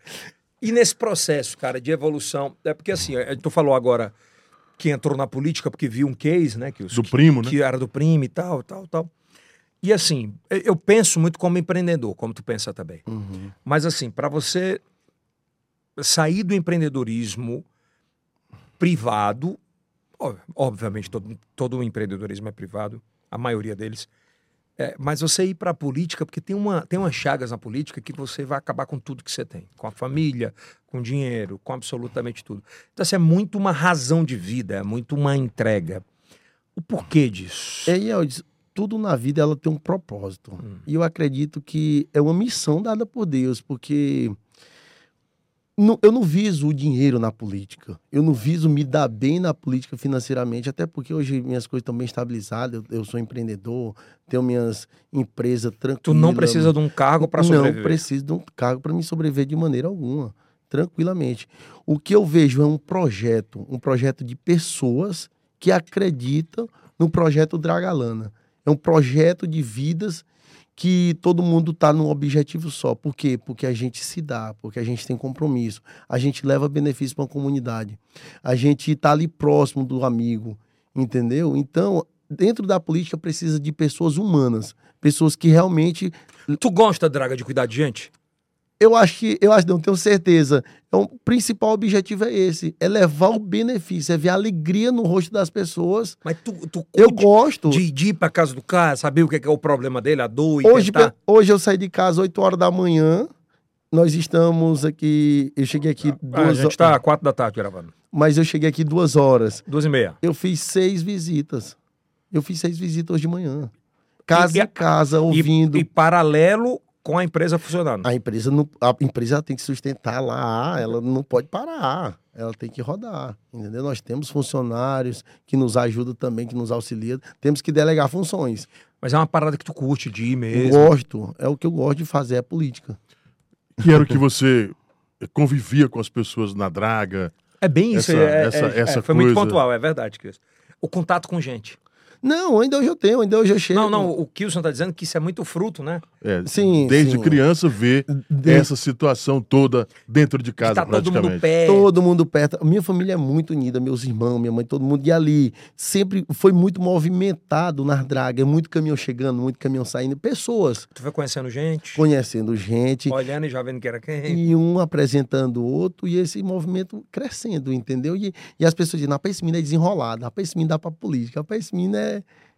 Speaker 1: E nesse processo, cara, de evolução, é porque assim, é, tu falou agora que entrou na política porque viu um case, né? Que os,
Speaker 2: Do primo, né?
Speaker 1: que era do primo e tal, tal, tal. E assim, eu- eu penso muito como empreendedor, como tu pensa também.
Speaker 3: Uhum.
Speaker 1: Mas assim, para você sair do empreendedorismo privado, ó- obviamente todo, todo empreendedorismo é privado, a maioria deles, é, mas você ir para a política, porque tem uma, tem umas chagas na política que você vai acabar com tudo que você tem, com a família, com dinheiro, com absolutamente tudo. Então assim, é muito uma razão de vida, é muito uma entrega. O porquê disso?
Speaker 3: E aí eu disse, tudo na vida ela tem um propósito.
Speaker 1: Hum.
Speaker 3: E eu acredito que é uma missão dada por Deus, porque não- eu não viso o dinheiro na política. Eu não viso me dar bem na política financeiramente, até porque hoje minhas coisas estão bem estabilizadas. Eu, eu sou empreendedor, tenho minhas empresas tranquilas.
Speaker 1: Tu não precisa de um cargo para
Speaker 3: Não
Speaker 1: sobreviver.
Speaker 3: preciso de um cargo para me sobreviver de maneira alguma, tranquilamente. O que eu vejo é um projeto, um projeto de pessoas que acreditam no projeto Dragalana. É um projeto de vidas que todo mundo está num objetivo só. Por quê? Porque a gente se dá, porque a gente tem compromisso, a gente leva benefício para a comunidade, a gente está ali próximo do amigo, entendeu? Então, dentro da política precisa de pessoas humanas, pessoas que realmente
Speaker 1: Tu gosta, Draga, de cuidar de gente?
Speaker 3: eu acho que, eu acho, não tenho certeza. Então, o principal objetivo é esse: é levar o benefício, é ver a alegria no rosto das pessoas.
Speaker 1: Mas tu, tu
Speaker 3: Eu
Speaker 1: cuide
Speaker 3: gosto.
Speaker 1: de, de ir pra casa do cara, saber o que é, que é o problema dele, a dor e
Speaker 3: Hoje,
Speaker 1: tentar...
Speaker 3: pe- hoje eu saí de casa 8 horas da manhã. Nós estamos aqui. Eu cheguei aqui
Speaker 1: Ah, a
Speaker 3: duas
Speaker 1: gente
Speaker 3: horas.
Speaker 1: tá quatro da tarde gravando.
Speaker 3: Mas eu cheguei aqui duas horas.
Speaker 1: Duas e meia.
Speaker 3: Eu fiz seis visitas. Eu fiz seis visitas hoje de manhã. casa
Speaker 1: E-
Speaker 3: em casa,
Speaker 1: E-
Speaker 3: ouvindo. Ah.
Speaker 1: E, paralelo com a empresa funcionando.
Speaker 3: A empresa não, a empresa tem que sustentar lá, ela não pode parar, ela tem que rodar, entendeu? Nós temos funcionários que nos ajudam também, que nos auxiliam, temos que delegar funções.
Speaker 1: Mas é uma parada que tu curte de ir
Speaker 3: Eu
Speaker 1: mesmo.
Speaker 3: gosto, é o que eu gosto de fazer, é política.
Speaker 2: Que era o que você eh, convivia com as pessoas na draga.
Speaker 1: É bem isso.
Speaker 2: Essa-
Speaker 1: é- é-
Speaker 2: essa-
Speaker 1: é- é,
Speaker 2: essa
Speaker 1: foi muito
Speaker 2: coisa.
Speaker 1: pontual, é verdade, Kilson. O contato com gente.
Speaker 3: Não, ainda hoje eu tenho, ainda hoje eu chego.
Speaker 1: Não, não, o Kilson tá dizendo que isso é muito fruto, né?
Speaker 2: É,
Speaker 3: Sim,
Speaker 2: desde
Speaker 3: sim.
Speaker 2: criança ver
Speaker 3: De-
Speaker 2: essa situação toda dentro de casa
Speaker 1: que tá todo
Speaker 2: praticamente.
Speaker 1: mundo pé.
Speaker 3: Todo mundo perto. Minha família é muito unida, meus irmãos, minha mãe, todo mundo. E ali, sempre foi muito movimentado nas dragas, muito caminhão chegando, muito caminhão saindo, pessoas
Speaker 1: Tu foi conhecendo gente,
Speaker 3: conhecendo gente.
Speaker 1: olhando e já vendo que era quem.
Speaker 3: e um apresentando o outro e esse movimento crescendo, entendeu? E, e as pessoas dizem, rapaz, esse menino é desenrolado, rapaz, esse menino dá pra política, rapaz, esse menino é,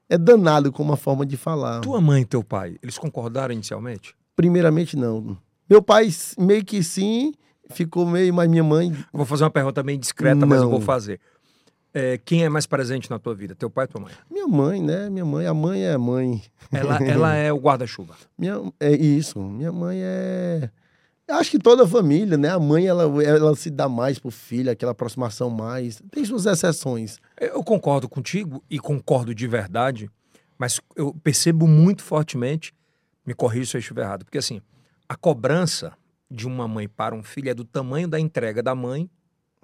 Speaker 3: é danado com uma forma de falar.
Speaker 1: Tua mãe e teu pai, eles concordaram inicialmente?
Speaker 3: Primeiramente, não. Meu pai s- meio que sim, ficou meio, mas minha mãe,
Speaker 1: Vou fazer uma pergunta meio discreta, mas eu
Speaker 3: Não.
Speaker 1: vou fazer. É, quem é mais presente na tua vida, teu pai ou tua mãe?
Speaker 3: minha mãe, né? Minha mãe, a mãe é mãe.
Speaker 1: Ela, ela é o guarda-chuva.
Speaker 3: Minha, é isso, minha mãe é... Acho que toda a família, né? A mãe, ela, ela se dá mais pro filho, aquela aproximação mais. Tem suas exceções.
Speaker 1: É, Eu concordo contigo e concordo de verdade, mas eu percebo muito fortemente, me corrija se eu estiver errado, porque assim, a cobrança de uma mãe para um filho é do tamanho da entrega da mãe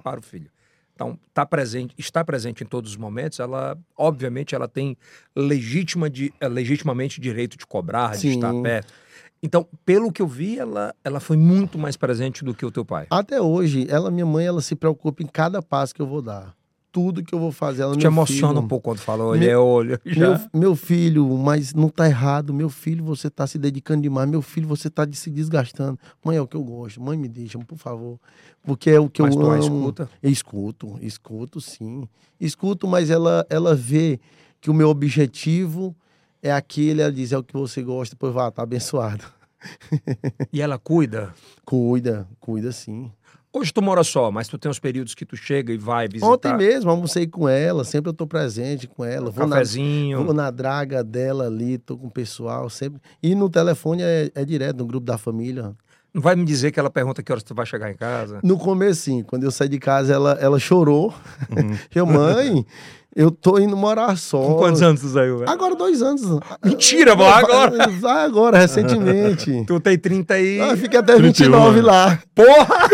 Speaker 1: para o filho. Então, tá presente, está presente em todos os momentos, ela, obviamente, ela tem legítima de, eh, legitimamente direito de cobrar, de
Speaker 3: Sim.
Speaker 1: estar perto. Então, pelo que eu vi, ela, ela foi muito mais presente do que o teu pai.
Speaker 3: Até hoje, ela, minha mãe, ela se preocupa em cada passo que eu vou dar. Tudo que eu vou fazer, ela
Speaker 1: Tu
Speaker 3: me
Speaker 1: te emociona um pouco quando fala, olha,
Speaker 3: Meu-
Speaker 1: olha, já.
Speaker 3: Meu, meu filho, mas não tá errado. Meu filho, você tá se dedicando demais. Meu filho, você tá de- se desgastando. Mãe, é o que eu gosto. Mãe, me deixa, por favor. Porque é o que
Speaker 1: mas
Speaker 3: eu
Speaker 1: tu a
Speaker 3: amo.
Speaker 1: escuta.
Speaker 3: Eu escuto, escuto sim. Escuto, mas ela, ela vê que o meu objetivo é aquele. Ela diz, é o que você gosta, pois vá, tá abençoado.
Speaker 1: E ela cuida.
Speaker 3: Cuida, cuida sim.
Speaker 1: Hoje tu mora só, mas tu tem uns períodos que tu chega e vai visitar.
Speaker 3: Ontem mesmo, almocei com ela. Sempre eu tô presente com ela. Vou na
Speaker 1: cafezinho.
Speaker 3: Vou na draga dela ali, tô com o pessoal sempre. E no telefone é, é direto, no grupo da família.
Speaker 1: Não vai me dizer que ela pergunta que horas tu vai chegar em casa.
Speaker 3: No começo, sim, quando eu saí de casa, ela, ela chorou. Eu, mãe, eu tô indo morar só.
Speaker 1: Uhum. Com quantos anos tu saiu, velho?
Speaker 3: Agora, dois anos.
Speaker 1: Mentira, mano, agora.
Speaker 3: Ah, agora, recentemente.
Speaker 1: Tu tem 30 e... um
Speaker 3: Ah, fiquei até
Speaker 2: 31,
Speaker 3: 29
Speaker 2: né?
Speaker 3: lá,
Speaker 1: Porra!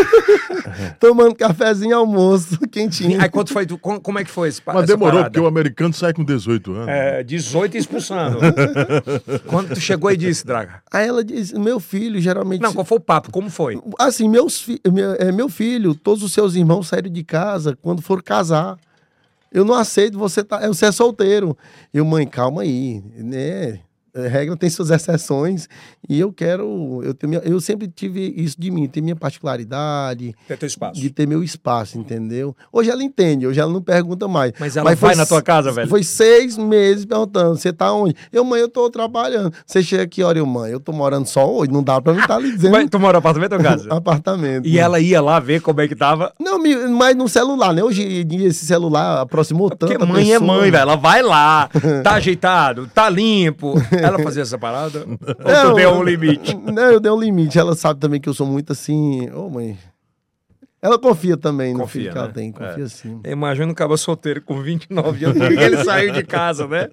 Speaker 3: tomando cafezinho e almoço, quentinho.
Speaker 1: Aí quanto foi? tu- com- Como é que foi esse pa-
Speaker 2: Mas
Speaker 1: essa
Speaker 2: demorou,
Speaker 1: parada?
Speaker 2: porque o americano sai com 18 anos.
Speaker 1: É, 18 e expulsando. Quando tu chegou e disse, Draga?
Speaker 3: Aí ela disse, meu filho, geralmente...
Speaker 1: Não, qual foi o papo? Como foi?
Speaker 3: Assim, meus fi- meu, é, meu filho, todos os seus irmãos saíram de casa quando foram casar. Eu não aceito, você tá, você é solteiro. Eu, mãe, calma aí, né? É, Regra tem suas exceções e eu quero, eu, tenho minha- eu sempre tive isso de mim, ter minha particularidade,
Speaker 1: Ter teu espaço.
Speaker 3: de ter meu espaço, entendeu? Hoje ela entende, hoje ela não pergunta mais.
Speaker 1: Mas ela vai
Speaker 3: foi
Speaker 1: na tua casa,
Speaker 3: se-
Speaker 1: velho?
Speaker 3: Foi seis meses perguntando, você tá onde? Eu, mãe, eu tô trabalhando. Você chega aqui, olha, eu, mãe, eu tô morando só hoje, não dá pra mim estar lhe dizendo
Speaker 1: Mas tu mora no apartamento ou casa?
Speaker 3: apartamento.
Speaker 1: e ela ia lá ver como é que tava.
Speaker 3: Não, me- mas no celular, né? Hoje em dia esse celular aproximou tanto.
Speaker 1: Porque mãe é mãe, velho. Ela vai lá, tá ajeitado, tá limpo. Ela fazia essa parada? Ou tu deu um limite?
Speaker 3: Não, eu dei um limite. Ela sabe também que eu sou muito assim. Ô, mãe. Ela confia também no
Speaker 1: Confia,
Speaker 3: filho que ela
Speaker 1: né?
Speaker 3: tem, confia sim.
Speaker 1: Imagina o cabo solteiro com 29 anos, porque ele saiu de casa, né?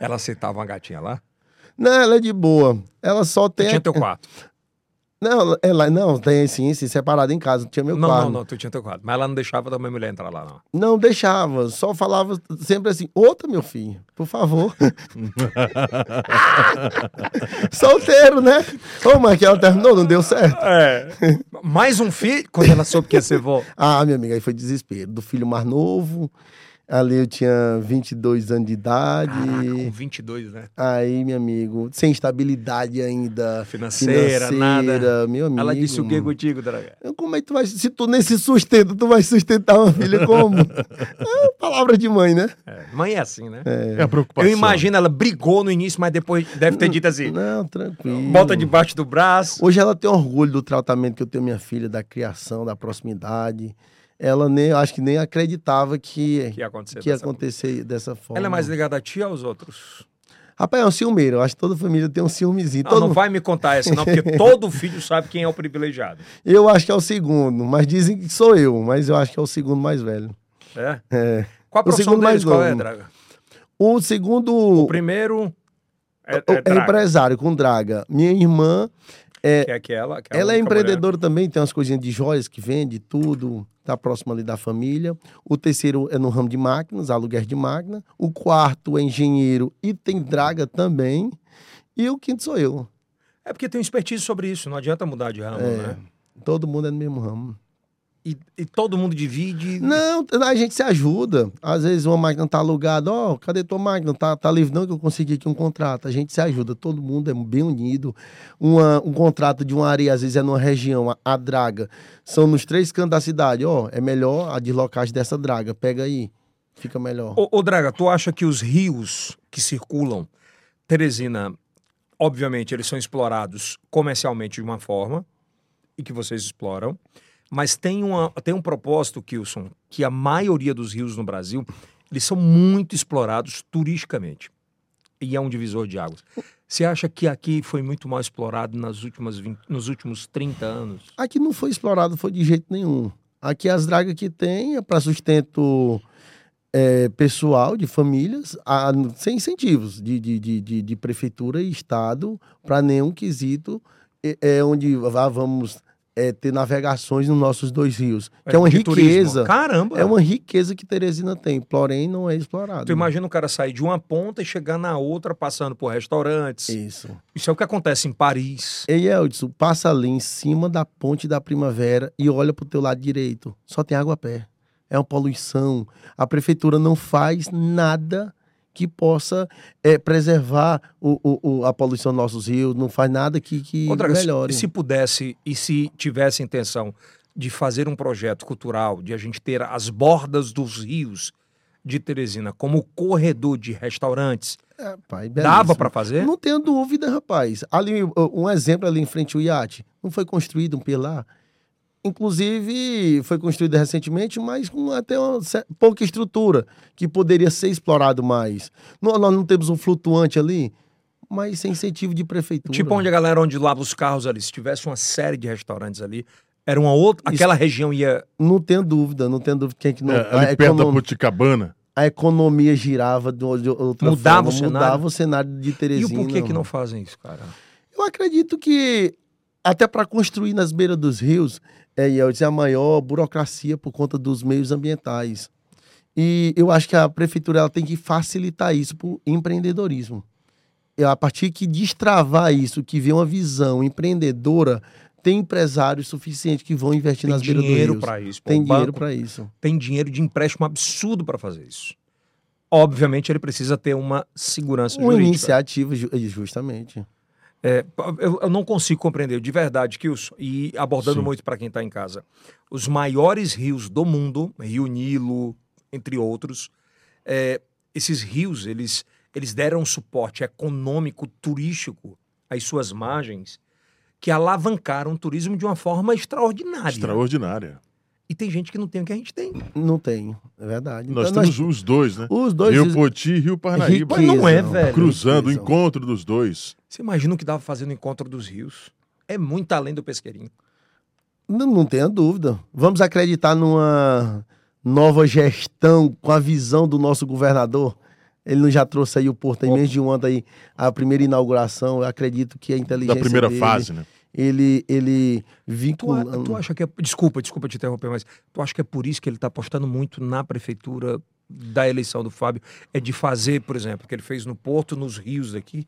Speaker 1: Ela aceitava uma gatinha lá?
Speaker 3: Não, ela é de boa. Ela só
Speaker 1: Tu
Speaker 3: tem.
Speaker 1: tinha teu quarto.
Speaker 3: Não, ela não, tem sim, sim, separada em casa. Tinha meu
Speaker 1: não,
Speaker 3: quarto.
Speaker 1: não, não, tu tinha teu quarto. Mas ela não deixava também mulher entrar lá, não.
Speaker 3: Não deixava, só falava sempre assim: outra, meu filho, por favor. Solteiro, né? Ô, mas que ela terminou, não deu certo.
Speaker 1: É. Mais um filho, quando ela soube que ia ser vó.
Speaker 3: Ah, minha amiga, aí foi desespero. Do filho mais novo, ali eu tinha 22 anos de idade.
Speaker 1: Caraca, Ah, com 22, né?
Speaker 3: Aí, meu amigo, sem estabilidade ainda.
Speaker 1: Financeira, nada.
Speaker 3: financeira, Meu amigo.
Speaker 1: Ela disse o que contigo, Draga?
Speaker 3: Eu, Como é que tu vai. Se tu nem se sustenta, tu vai sustentar uma filha como? É, palavra de mãe, né?
Speaker 1: É, Mãe é assim, né?
Speaker 2: É a preocupação.
Speaker 1: Eu imagino, ela brigou no início, mas depois deve ter dito assim:
Speaker 3: Não, tranquilo.
Speaker 1: bota debaixo do braço.
Speaker 3: Hoje ela tem orgulho do tratamento que eu tenho minha filha, da criação, da proximidade. Ela nem, eu acho que nem acreditava que,
Speaker 1: O que ia acontecer?
Speaker 3: que ia
Speaker 1: dessa- é
Speaker 3: acontecer dessa forma.
Speaker 1: Ela é mais ligada a ti ou aos outros?
Speaker 3: Rapaz, é um ciumeiro. Eu acho que toda família tem um ciúmezinho.
Speaker 1: Não,
Speaker 3: todo
Speaker 1: não
Speaker 3: mundo-
Speaker 1: vai me contar essa, não, porque todo filho sabe quem é o privilegiado.
Speaker 3: Eu acho que é o segundo, mas dizem que sou eu, mas eu acho que é o segundo mais velho.
Speaker 1: É?
Speaker 3: É.
Speaker 1: Qual a profissão
Speaker 3: segundo
Speaker 1: deles?
Speaker 3: mais
Speaker 1: Qual é,
Speaker 3: novo.
Speaker 1: Draga?
Speaker 3: O segundo
Speaker 1: O primeiro é,
Speaker 3: o-
Speaker 1: é
Speaker 3: é
Speaker 1: Draga,
Speaker 3: empresário com Draga. Minha irmã,
Speaker 1: que é aquela. que a
Speaker 3: ela é
Speaker 1: única mulher.
Speaker 3: empreendedora também, tem umas coisinhas de joias que vende, tudo, tá próximo ali da família. O terceiro é no ramo de máquinas, aluguer de máquina. O quarto é engenheiro e tem Draga também. E o quinto sou eu.
Speaker 1: É porque tem expertise sobre isso, não adianta mudar de ramo, né?
Speaker 3: Todo mundo é no mesmo ramo.
Speaker 1: E, e todo mundo divide.
Speaker 3: Não, a gente se ajuda. Às vezes uma máquina tá alugada, ó, cadê tua máquina? Tá, tá livre não que eu consegui aqui um contrato. A gente se ajuda, todo mundo é bem unido. Uma- um contrato de uma área, às vezes é numa região, a, a draga. São nos três cantos da cidade, ó, é melhor a deslocagem dessa draga, pega aí, fica melhor.
Speaker 1: Ô, ô, Draga, tu acha que os rios que circulam Teresina, obviamente, eles são explorados comercialmente de uma forma, e que vocês exploram, mas tem, uma, tem um propósito, Kilson, que a maioria dos rios no Brasil, eles são muito explorados turisticamente. E é um divisor de águas. Você acha que aqui foi muito mal explorado nas últimas 20 nos últimos 30 anos?
Speaker 3: Aqui não foi explorado, foi de jeito nenhum. Aqui as dragas que tem é para sustento é, pessoal de famílias, a- sem incentivos de, de, de, de- de prefeitura e estado para nenhum quesito é, é, onde vá- vamos é, ter navegações nos nossos dois rios. que é uma
Speaker 1: De turismo?
Speaker 3: riqueza.
Speaker 1: Caramba!
Speaker 3: É uma riqueza que Teresina tem, porém não é explorado.
Speaker 1: Tu imagina o cara sair de uma ponta e chegar na outra passando por restaurantes.
Speaker 3: Isso.
Speaker 1: Isso é o que acontece em Paris.
Speaker 3: Ei, Eldson, passa ali em cima da ponte da primavera e olha pro teu lado direito. Só tem água a pé. É uma poluição. A prefeitura não faz nada que possa eh, preservar o- o- o- a poluição dos nossos rios, não faz nada que, que
Speaker 1: Outra coisa, se-
Speaker 3: melhore.
Speaker 1: se pudesse e se tivesse intenção de fazer um projeto cultural, de a gente ter as bordas dos rios de Teresina como corredor de restaurantes,
Speaker 3: É, pai,
Speaker 1: dava
Speaker 3: belíssimo.
Speaker 1: para fazer?
Speaker 3: Não tenho dúvida, rapaz. Ali, uh, um exemplo ali em frente ao iate. Não foi construído um pilar? Inclusive, foi construído recentemente, mas com até uma cer- pouca estrutura que poderia ser explorado mais. Nó- Nós não temos um flutuante ali, mas sem incentivo de prefeitura.
Speaker 1: Tipo onde a galera onde lava os carros ali, se tivesse uma série de restaurantes ali, era uma outra,
Speaker 3: Isso.
Speaker 1: aquela região ia
Speaker 3: Não tenho dúvida, não tenho dúvida. Quem é que não...
Speaker 2: É,
Speaker 3: a,
Speaker 2: ali perto da
Speaker 3: econo-
Speaker 2: Puticabana.
Speaker 3: a economia girava de de outra
Speaker 1: Mudava o
Speaker 3: forma,
Speaker 1: cenário.
Speaker 3: mudava o cenário de
Speaker 1: E
Speaker 3: Teresina. é um
Speaker 1: o porquê que não fazem isso, cara?
Speaker 3: Eu acredito que até para construir nas beiras dos rios é Yeltsin, a maior burocracia por conta dos meios ambientais. E eu acho que a prefeitura ela tem que facilitar isso para o empreendedorismo. E a partir que destravar isso, que vê uma visão empreendedora, tem empresários suficientes que vão investir
Speaker 1: Tem
Speaker 3: nas beiras dos
Speaker 1: dinheiro
Speaker 3: rios.
Speaker 1: para isso. pô,
Speaker 3: Tem
Speaker 1: o
Speaker 3: dinheiro
Speaker 1: banco
Speaker 3: para isso.
Speaker 1: tem dinheiro de empréstimo absurdo para fazer isso. Obviamente, ele precisa ter uma segurança
Speaker 3: Uma
Speaker 1: jurídica.
Speaker 3: iniciativa, ju- justamente.
Speaker 1: É, eu, eu não consigo compreender, de verdade, Kilson, e abordando
Speaker 2: Sim.
Speaker 1: muito para quem está em casa. Os maiores rios do mundo, Rio Nilo, entre outros, é, esses rios, eles, eles deram um suporte econômico, turístico às suas margens, que alavancaram o turismo de uma forma extraordinária.
Speaker 2: Extraordinária.
Speaker 1: E tem gente que não tem o que a gente tem.
Speaker 3: Não tem, é verdade.
Speaker 2: Nós
Speaker 3: Então,
Speaker 2: temos os dois, né?
Speaker 3: os dois
Speaker 2: Rio Poti e Rio Parnaíba.
Speaker 1: Mas não é,
Speaker 3: riqueza,
Speaker 1: velho.
Speaker 2: Cruzando, o
Speaker 3: riqueza.
Speaker 2: encontro dos dois.
Speaker 1: Você imagina o que dava fazendo o encontro dos rios? É muito além do pesqueirinho.
Speaker 3: Não, não tenha dúvida. Vamos acreditar numa nova gestão com a visão do nosso governador. Ele não já trouxe aí o Porto em
Speaker 1: Opa.
Speaker 3: menos de um ano aí a primeira inauguração. Eu acredito que a inteligência
Speaker 2: Da primeira
Speaker 3: dele,
Speaker 2: fase, né?
Speaker 3: Ele ele
Speaker 1: Tu, a-
Speaker 3: vinculando.
Speaker 1: tu acha que é. Desculpa, desculpa te interromper, mas tu acha que é por isso que ele está apostando muito na prefeitura da eleição do Fábio? É de fazer, por exemplo, o que ele fez no Porto, nos rios daqui?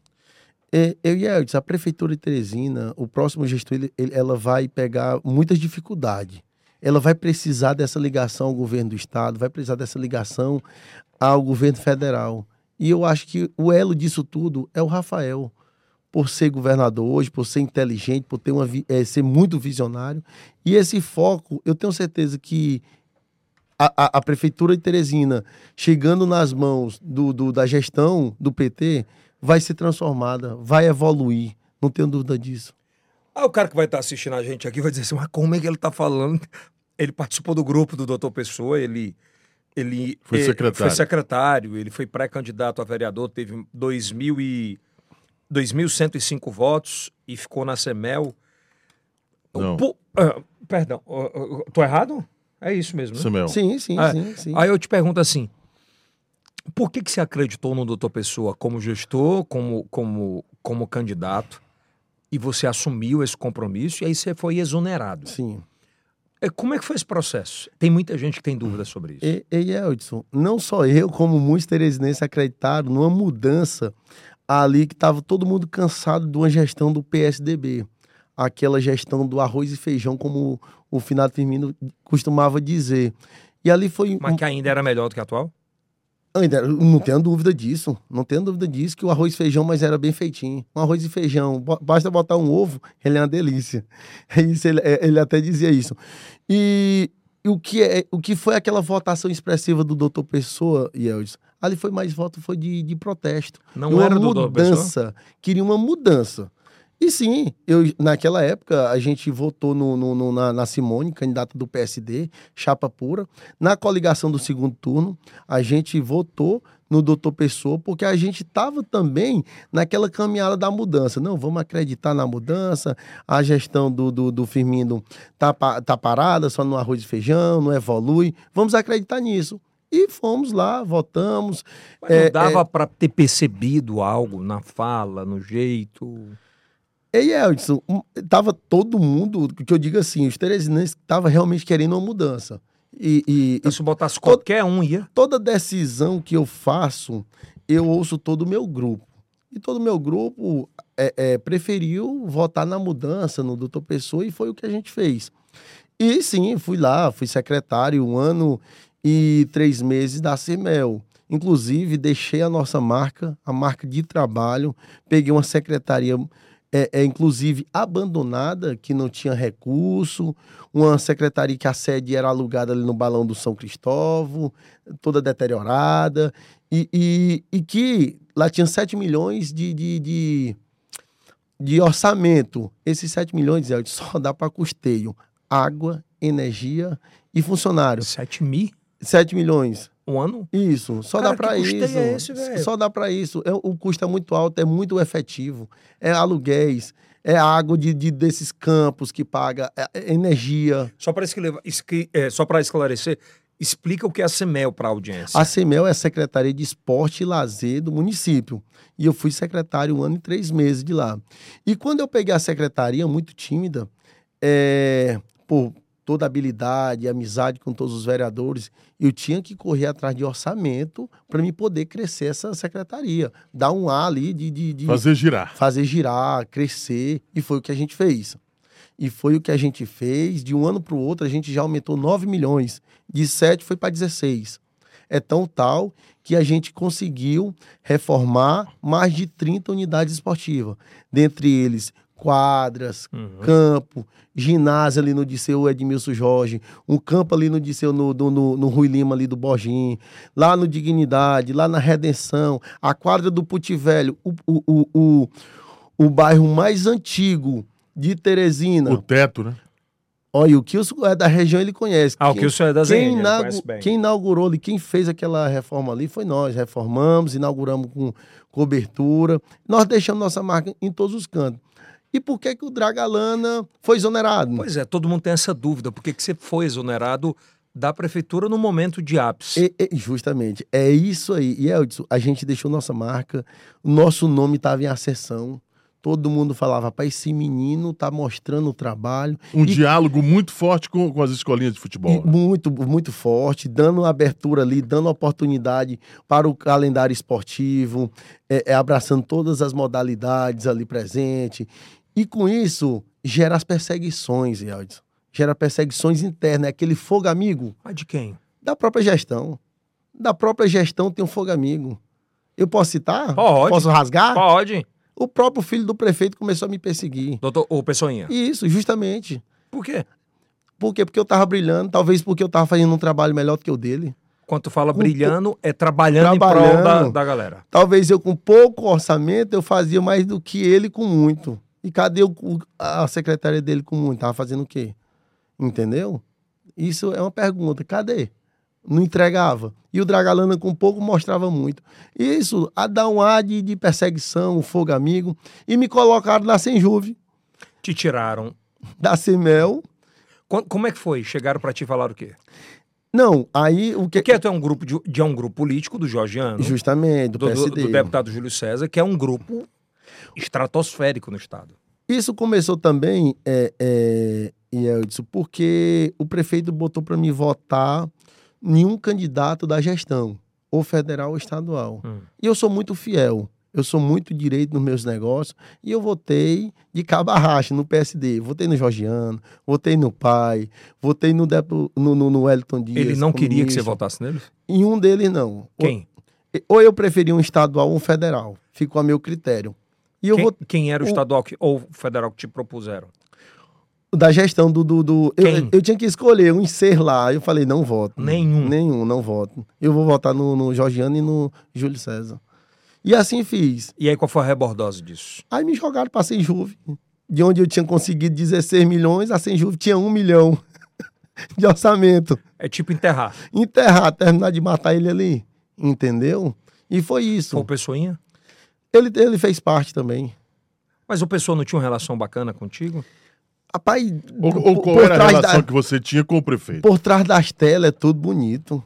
Speaker 3: É, Eu e a Eudes, a Prefeitura de Teresina, o próximo gestor, ele- ele- ela vai pegar muitas dificuldades. Ela vai precisar dessa ligação ao governo do Estado, vai precisar dessa ligação ao governo federal. E eu acho que o elo disso tudo é o Rafael. Por ser governador hoje, por ser inteligente, por ter uma, vi- eh, ser muito visionário. E esse foco, eu tenho certeza que a, a- a Prefeitura de Teresina, chegando nas mãos do- do, da gestão do PT, vai ser transformada, vai evoluir. Não tenho dúvida disso.
Speaker 1: Ah, o cara que vai estar assistindo a tá gente aqui vai dizer assim, mas como é que ele está falando? Ele participou do grupo do Doutor Pessoa, ele, Ele
Speaker 2: Foi
Speaker 1: eh,
Speaker 2: secretário.
Speaker 1: foi secretário, ele foi pré-candidato a vereador, teve 2000 e- 2.105 votos e ficou na Semel.
Speaker 2: Não.
Speaker 1: Pu- ah, perdão, ah, ah, tô errado? É isso mesmo. né?
Speaker 2: Samuel.
Speaker 3: Uhum. Sim, sim,
Speaker 1: Ah,
Speaker 3: sim, sim.
Speaker 1: Aí eu te pergunto assim, por que, que você acreditou no doutor Pessoa como gestor, como, como, como candidato, e você assumiu esse compromisso e aí você foi exonerado?
Speaker 3: Sim.
Speaker 1: É, Como é que foi esse processo? Tem muita gente que tem dúvida sobre isso.
Speaker 3: E, e Edson, não só eu, como muitos teresinenses acreditaram numa mudança ali que estava todo mundo cansado de uma gestão do PSDB. Aquela gestão do arroz e feijão, como o Finado Firmino costumava dizer. E ali foi. um-
Speaker 1: Mas que ainda era melhor do que a atual?
Speaker 3: Ainda, não tenho dúvida disso. Não tenho dúvida disso que o arroz e feijão, mas era bem feitinho. Um arroz e feijão, bo- basta botar um ovo, ele é uma delícia. É Isso, ele, é- ele até dizia isso. E, e o, que é, o que foi aquela votação expressiva do doutor Pessoa, Yeldis? Ali foi mais voto, foi de, de protesto.
Speaker 1: Não
Speaker 3: uma
Speaker 1: era do doutor Pessoa?
Speaker 3: mudança. Queria uma mudança. E sim, eu, naquela época a gente votou no- no- no- na, na Simone, candidata do PSD, chapa pura. Na coligação do segundo turno, a gente votou no doutor Pessoa, porque a gente estava também naquela caminhada da mudança. Não, vamos acreditar na mudança, a gestão do, do, do Firmino tá, pa- tá parada, só no arroz e feijão, não evolui. Vamos acreditar nisso. E fomos lá, votamos.
Speaker 1: Mas
Speaker 3: é,
Speaker 1: não dava pra para ter percebido algo na fala, no jeito.
Speaker 3: E Eldson, um, tava todo mundo, que eu digo assim, os teresinenses estavam realmente querendo uma mudança. E, e-
Speaker 1: Então,
Speaker 3: e
Speaker 1: se botasse qualquer um, ia.
Speaker 3: toda decisão que eu faço, eu ouço todo o meu grupo. E todo o meu grupo é, é, preferiu votar na mudança no doutor Pessoa e foi o que a gente fez. E sim, fui lá, fui secretário um ano e três meses da CIMEL. Inclusive, deixei a nossa marca, a marca de trabalho, peguei uma secretaria, é, é, inclusive, abandonada, que não tinha recurso, uma secretaria que a sede era alugada ali no Balão do São Cristóvão, toda deteriorada, e, e, e que lá tinha 7 milhões de, de, de, de orçamento. Esses 7 milhões, Zé, só dá para custeio. Água, energia e funcionários.
Speaker 1: 7 mil
Speaker 3: 7 milhões.
Speaker 1: um ano?
Speaker 3: Isso, só
Speaker 1: Cara,
Speaker 3: dá para
Speaker 1: que custeio
Speaker 3: isso.
Speaker 1: é esse, velho?
Speaker 3: só dá para isso. É- o custo é muito alto, é muito efetivo. É aluguéis, é água de, de- desses campos que paga, é- é energia.
Speaker 1: Só para é, esclarecer, explica o que é a CEMEL para a audiência.
Speaker 3: A CEMEL é a Secretaria de Esporte e Lazer do município. E eu fui secretário um ano e três meses de lá. E quando eu peguei a secretaria, muito tímida, é, por toda habilidade, amizade com todos os vereadores, eu tinha que correr atrás de orçamento para me poder crescer essa secretaria. Dar um ar ali de- de- de
Speaker 2: Fazer girar.
Speaker 3: fazer girar, crescer, e foi o que a gente fez. E foi o que a gente fez. De um ano para o outro, a gente já aumentou 9 milhões. De 7 foi para 16. É tão tal que a gente conseguiu reformar mais de 30 unidades esportivas. Dentre eles, quadras,
Speaker 1: Uhum.
Speaker 3: campo, ginásio ali no Disseu Edmilson Jorge, um campo ali no Disseu, no, do- no, no Rui Lima ali do Borginho, lá no Dignidade, lá na Redenção, a quadra do Puti Velho, o, o, o, o, o bairro mais antigo de
Speaker 2: O
Speaker 3: Teresina.
Speaker 2: teto, né?
Speaker 3: Olha, o Kilson é da região, ele conhece.
Speaker 1: Ah, o
Speaker 3: Quem-
Speaker 1: que o senhor é da
Speaker 3: quem,
Speaker 1: ZN, ele
Speaker 3: inaugu-
Speaker 1: conhece bem.
Speaker 3: quem inaugurou ali, quem fez aquela reforma ali foi nós. Reformamos, inauguramos com cobertura. Nós deixamos nossa marca em todos os cantos. E por que, que o Dragalana foi exonerado?
Speaker 1: Pois é, todo mundo tem essa dúvida. Por que, que você foi exonerado da prefeitura no momento de ápice?
Speaker 3: E- e- justamente, é isso aí. E Eldson, a gente deixou nossa marca, o nosso nome estava em ascensão. Todo mundo falava, rapaz, esse menino tá mostrando o trabalho.
Speaker 2: Um
Speaker 3: E-
Speaker 2: diálogo muito forte com, com as escolinhas de futebol. né?
Speaker 3: E muito, muito forte, dando abertura ali, dando oportunidade para o calendário esportivo, é, é, abraçando todas as modalidades ali presente. E com isso, gera as perseguições, Eldson. Gera perseguições internas, é aquele fogo amigo
Speaker 1: Ah, de quem?
Speaker 3: da própria gestão. Da própria gestão tem um fogo amigo. Eu posso citar?
Speaker 1: Pode.
Speaker 3: Posso rasgar?
Speaker 1: Ah. Pode.
Speaker 3: O próprio filho do prefeito começou a me perseguir.
Speaker 1: Doutor, ô, Pessoinha.
Speaker 3: E isso, justamente.
Speaker 1: Por quê?
Speaker 3: Por quê? Porque eu tava brilhando, talvez porque eu tava fazendo um trabalho melhor do que o dele.
Speaker 1: Quando tu fala
Speaker 3: Com-
Speaker 1: brilhando, é trabalhando, em prol da,
Speaker 3: Trabalhando.
Speaker 1: da galera.
Speaker 3: Talvez eu com pouco orçamento eu fazia mais do que ele com muito. E cadê o- o- a secretária dele com muito? Tava fazendo o quê? Entendeu? Isso é uma pergunta. Cadê? não entregava. E o Dragalana, com pouco, mostrava muito. E isso a dar um ar de, de perseguição, um fogo amigo. E me colocaram na Senjuve,
Speaker 1: Te tiraram.
Speaker 3: da Semel.
Speaker 1: Co- Como é que foi? Chegaram pra te falar o quê?
Speaker 3: Não, aí o que.
Speaker 1: Porque é tu é um grupo de, de- é um grupo político do Georgiano,
Speaker 3: Justamente, do,
Speaker 1: do, do-
Speaker 3: PSD.
Speaker 1: do deputado Júlio César, que é um grupo estratosférico no estado.
Speaker 3: Isso começou também, é, é, e eu disse, porque o prefeito botou para mim votar nenhum candidato da gestão, ou federal ou estadual.
Speaker 1: Hum.
Speaker 3: E eu sou muito fiel, eu sou muito direito nos meus negócios, e eu votei de cabo a racha no PSD. Votei no Georgiano, votei no pai, votei no, depo, no, no, no Wellington Dias.
Speaker 1: Ele não queria que você
Speaker 3: comunista.
Speaker 1: votasse nele?
Speaker 3: Em um deles, não.
Speaker 1: Quem?
Speaker 3: Ou, ou eu preferi um estadual ou um federal. Ficou a meu critério. E eu
Speaker 1: quem,
Speaker 3: votei
Speaker 1: quem era o
Speaker 3: o-
Speaker 1: estadual que, ou o federal que te propuseram?
Speaker 3: da gestão do. do, do- eu,
Speaker 1: Quem?
Speaker 3: eu tinha que escolher um ser lá. Eu falei, não voto.
Speaker 1: Nenhum.
Speaker 3: Nenhum, não voto. Eu vou votar no, no Georgiano e no Júlio César. E assim fiz.
Speaker 1: E aí qual foi a rebordose disso?
Speaker 3: Aí me jogaram pra sem Juve. De onde eu tinha conseguido 16 milhões, a sem Juve tinha 1 milhão de orçamento.
Speaker 1: É tipo enterrar.
Speaker 3: Enterrar, terminar de matar ele ali. Entendeu? E
Speaker 1: Foi
Speaker 3: foi
Speaker 1: o
Speaker 3: isso.
Speaker 1: Pessoinha?
Speaker 3: Ele, ele fez parte também.
Speaker 1: Mas o Pessoa não tinha uma relação bacana contigo?
Speaker 3: Rapaz,
Speaker 2: Ou, ou
Speaker 3: por-
Speaker 2: qual
Speaker 3: por
Speaker 2: era a
Speaker 3: trás da-
Speaker 2: relação que você tinha com o prefeito?
Speaker 3: por trás das telas é tudo bonito.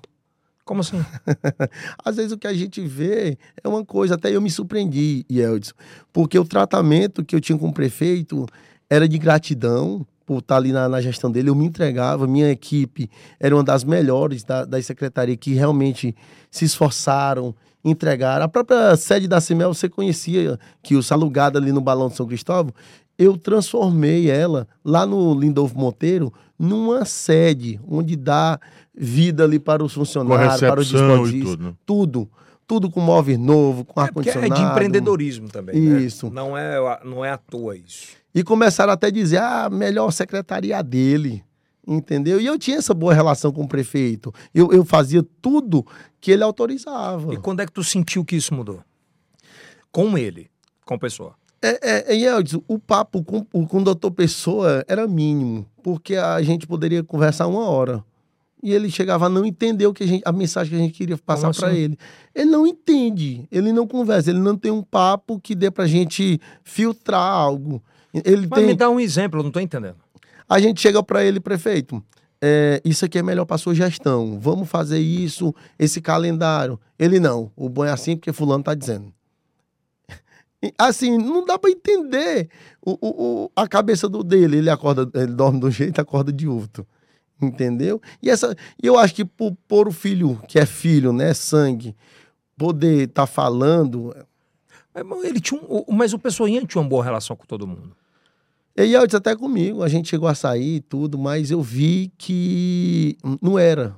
Speaker 1: Como assim?
Speaker 3: É Às vezes o que a gente vê é uma coisa, até eu me surpreendi, Yeldson, porque o tratamento que eu tinha com o prefeito era de gratidão por estar ali na, na gestão dele. Eu me entregava, minha equipe era uma das melhores da, da secretaria que realmente se esforçaram, entregaram. A própria sede da CIMEL, você conhecia que o alugada ali no Balão de São Cristóvão, eu transformei ela lá no Lindolfo Monteiro numa sede onde dá vida ali para os
Speaker 2: Com a
Speaker 3: funcionários, para os
Speaker 2: recepção e
Speaker 3: esportistas
Speaker 2: tudo. né?
Speaker 3: tudo. Tudo com móvel novo, com
Speaker 1: porque é
Speaker 3: ar-condicionado.
Speaker 1: de empreendedorismo também. né?
Speaker 3: Isso.
Speaker 1: Não, é, não é à toa isso.
Speaker 3: E começaram até a dizer, ah, melhor secretaria dele. Entendeu? E eu tinha essa boa relação com o prefeito. Eu, eu fazia tudo que ele autorizava.
Speaker 1: E quando é que tu sentiu que isso mudou? Com ele, com a pessoa.
Speaker 3: É, é, e eu disse, o papo com, o- com o doutor Pessoa era mínimo, porque a gente poderia conversar uma hora. E ele chegava a não entender o que a, gente, a mensagem que a gente queria passar
Speaker 1: Como
Speaker 3: para
Speaker 1: assim?
Speaker 3: ele. Ele não entende, ele não conversa, ele não tem um papo que dê pra gente filtrar algo. Ele
Speaker 1: Mas
Speaker 3: tem...
Speaker 1: me dá um exemplo, eu não tô entendendo.
Speaker 3: A gente chega para ele, prefeito, é, isso aqui é melhor para sua gestão. Vamos fazer isso, esse calendário. Ele não. O bom é assim porque fulano tá dizendo. E, Assim, não dá para entender o, o- o- a cabeça do dele. Ele acorda, ele dorme de um jeito, acorda de outro. Entendeu? E essa, e eu acho que por, por o filho, que é filho, né, sangue, poder estar falando,
Speaker 1: É, mas Ele tinha um- o- mas o Pessoinha tinha uma boa relação com todo mundo.
Speaker 3: E eu disse até comigo, a gente chegou a sair e tudo, mas eu vi que não era.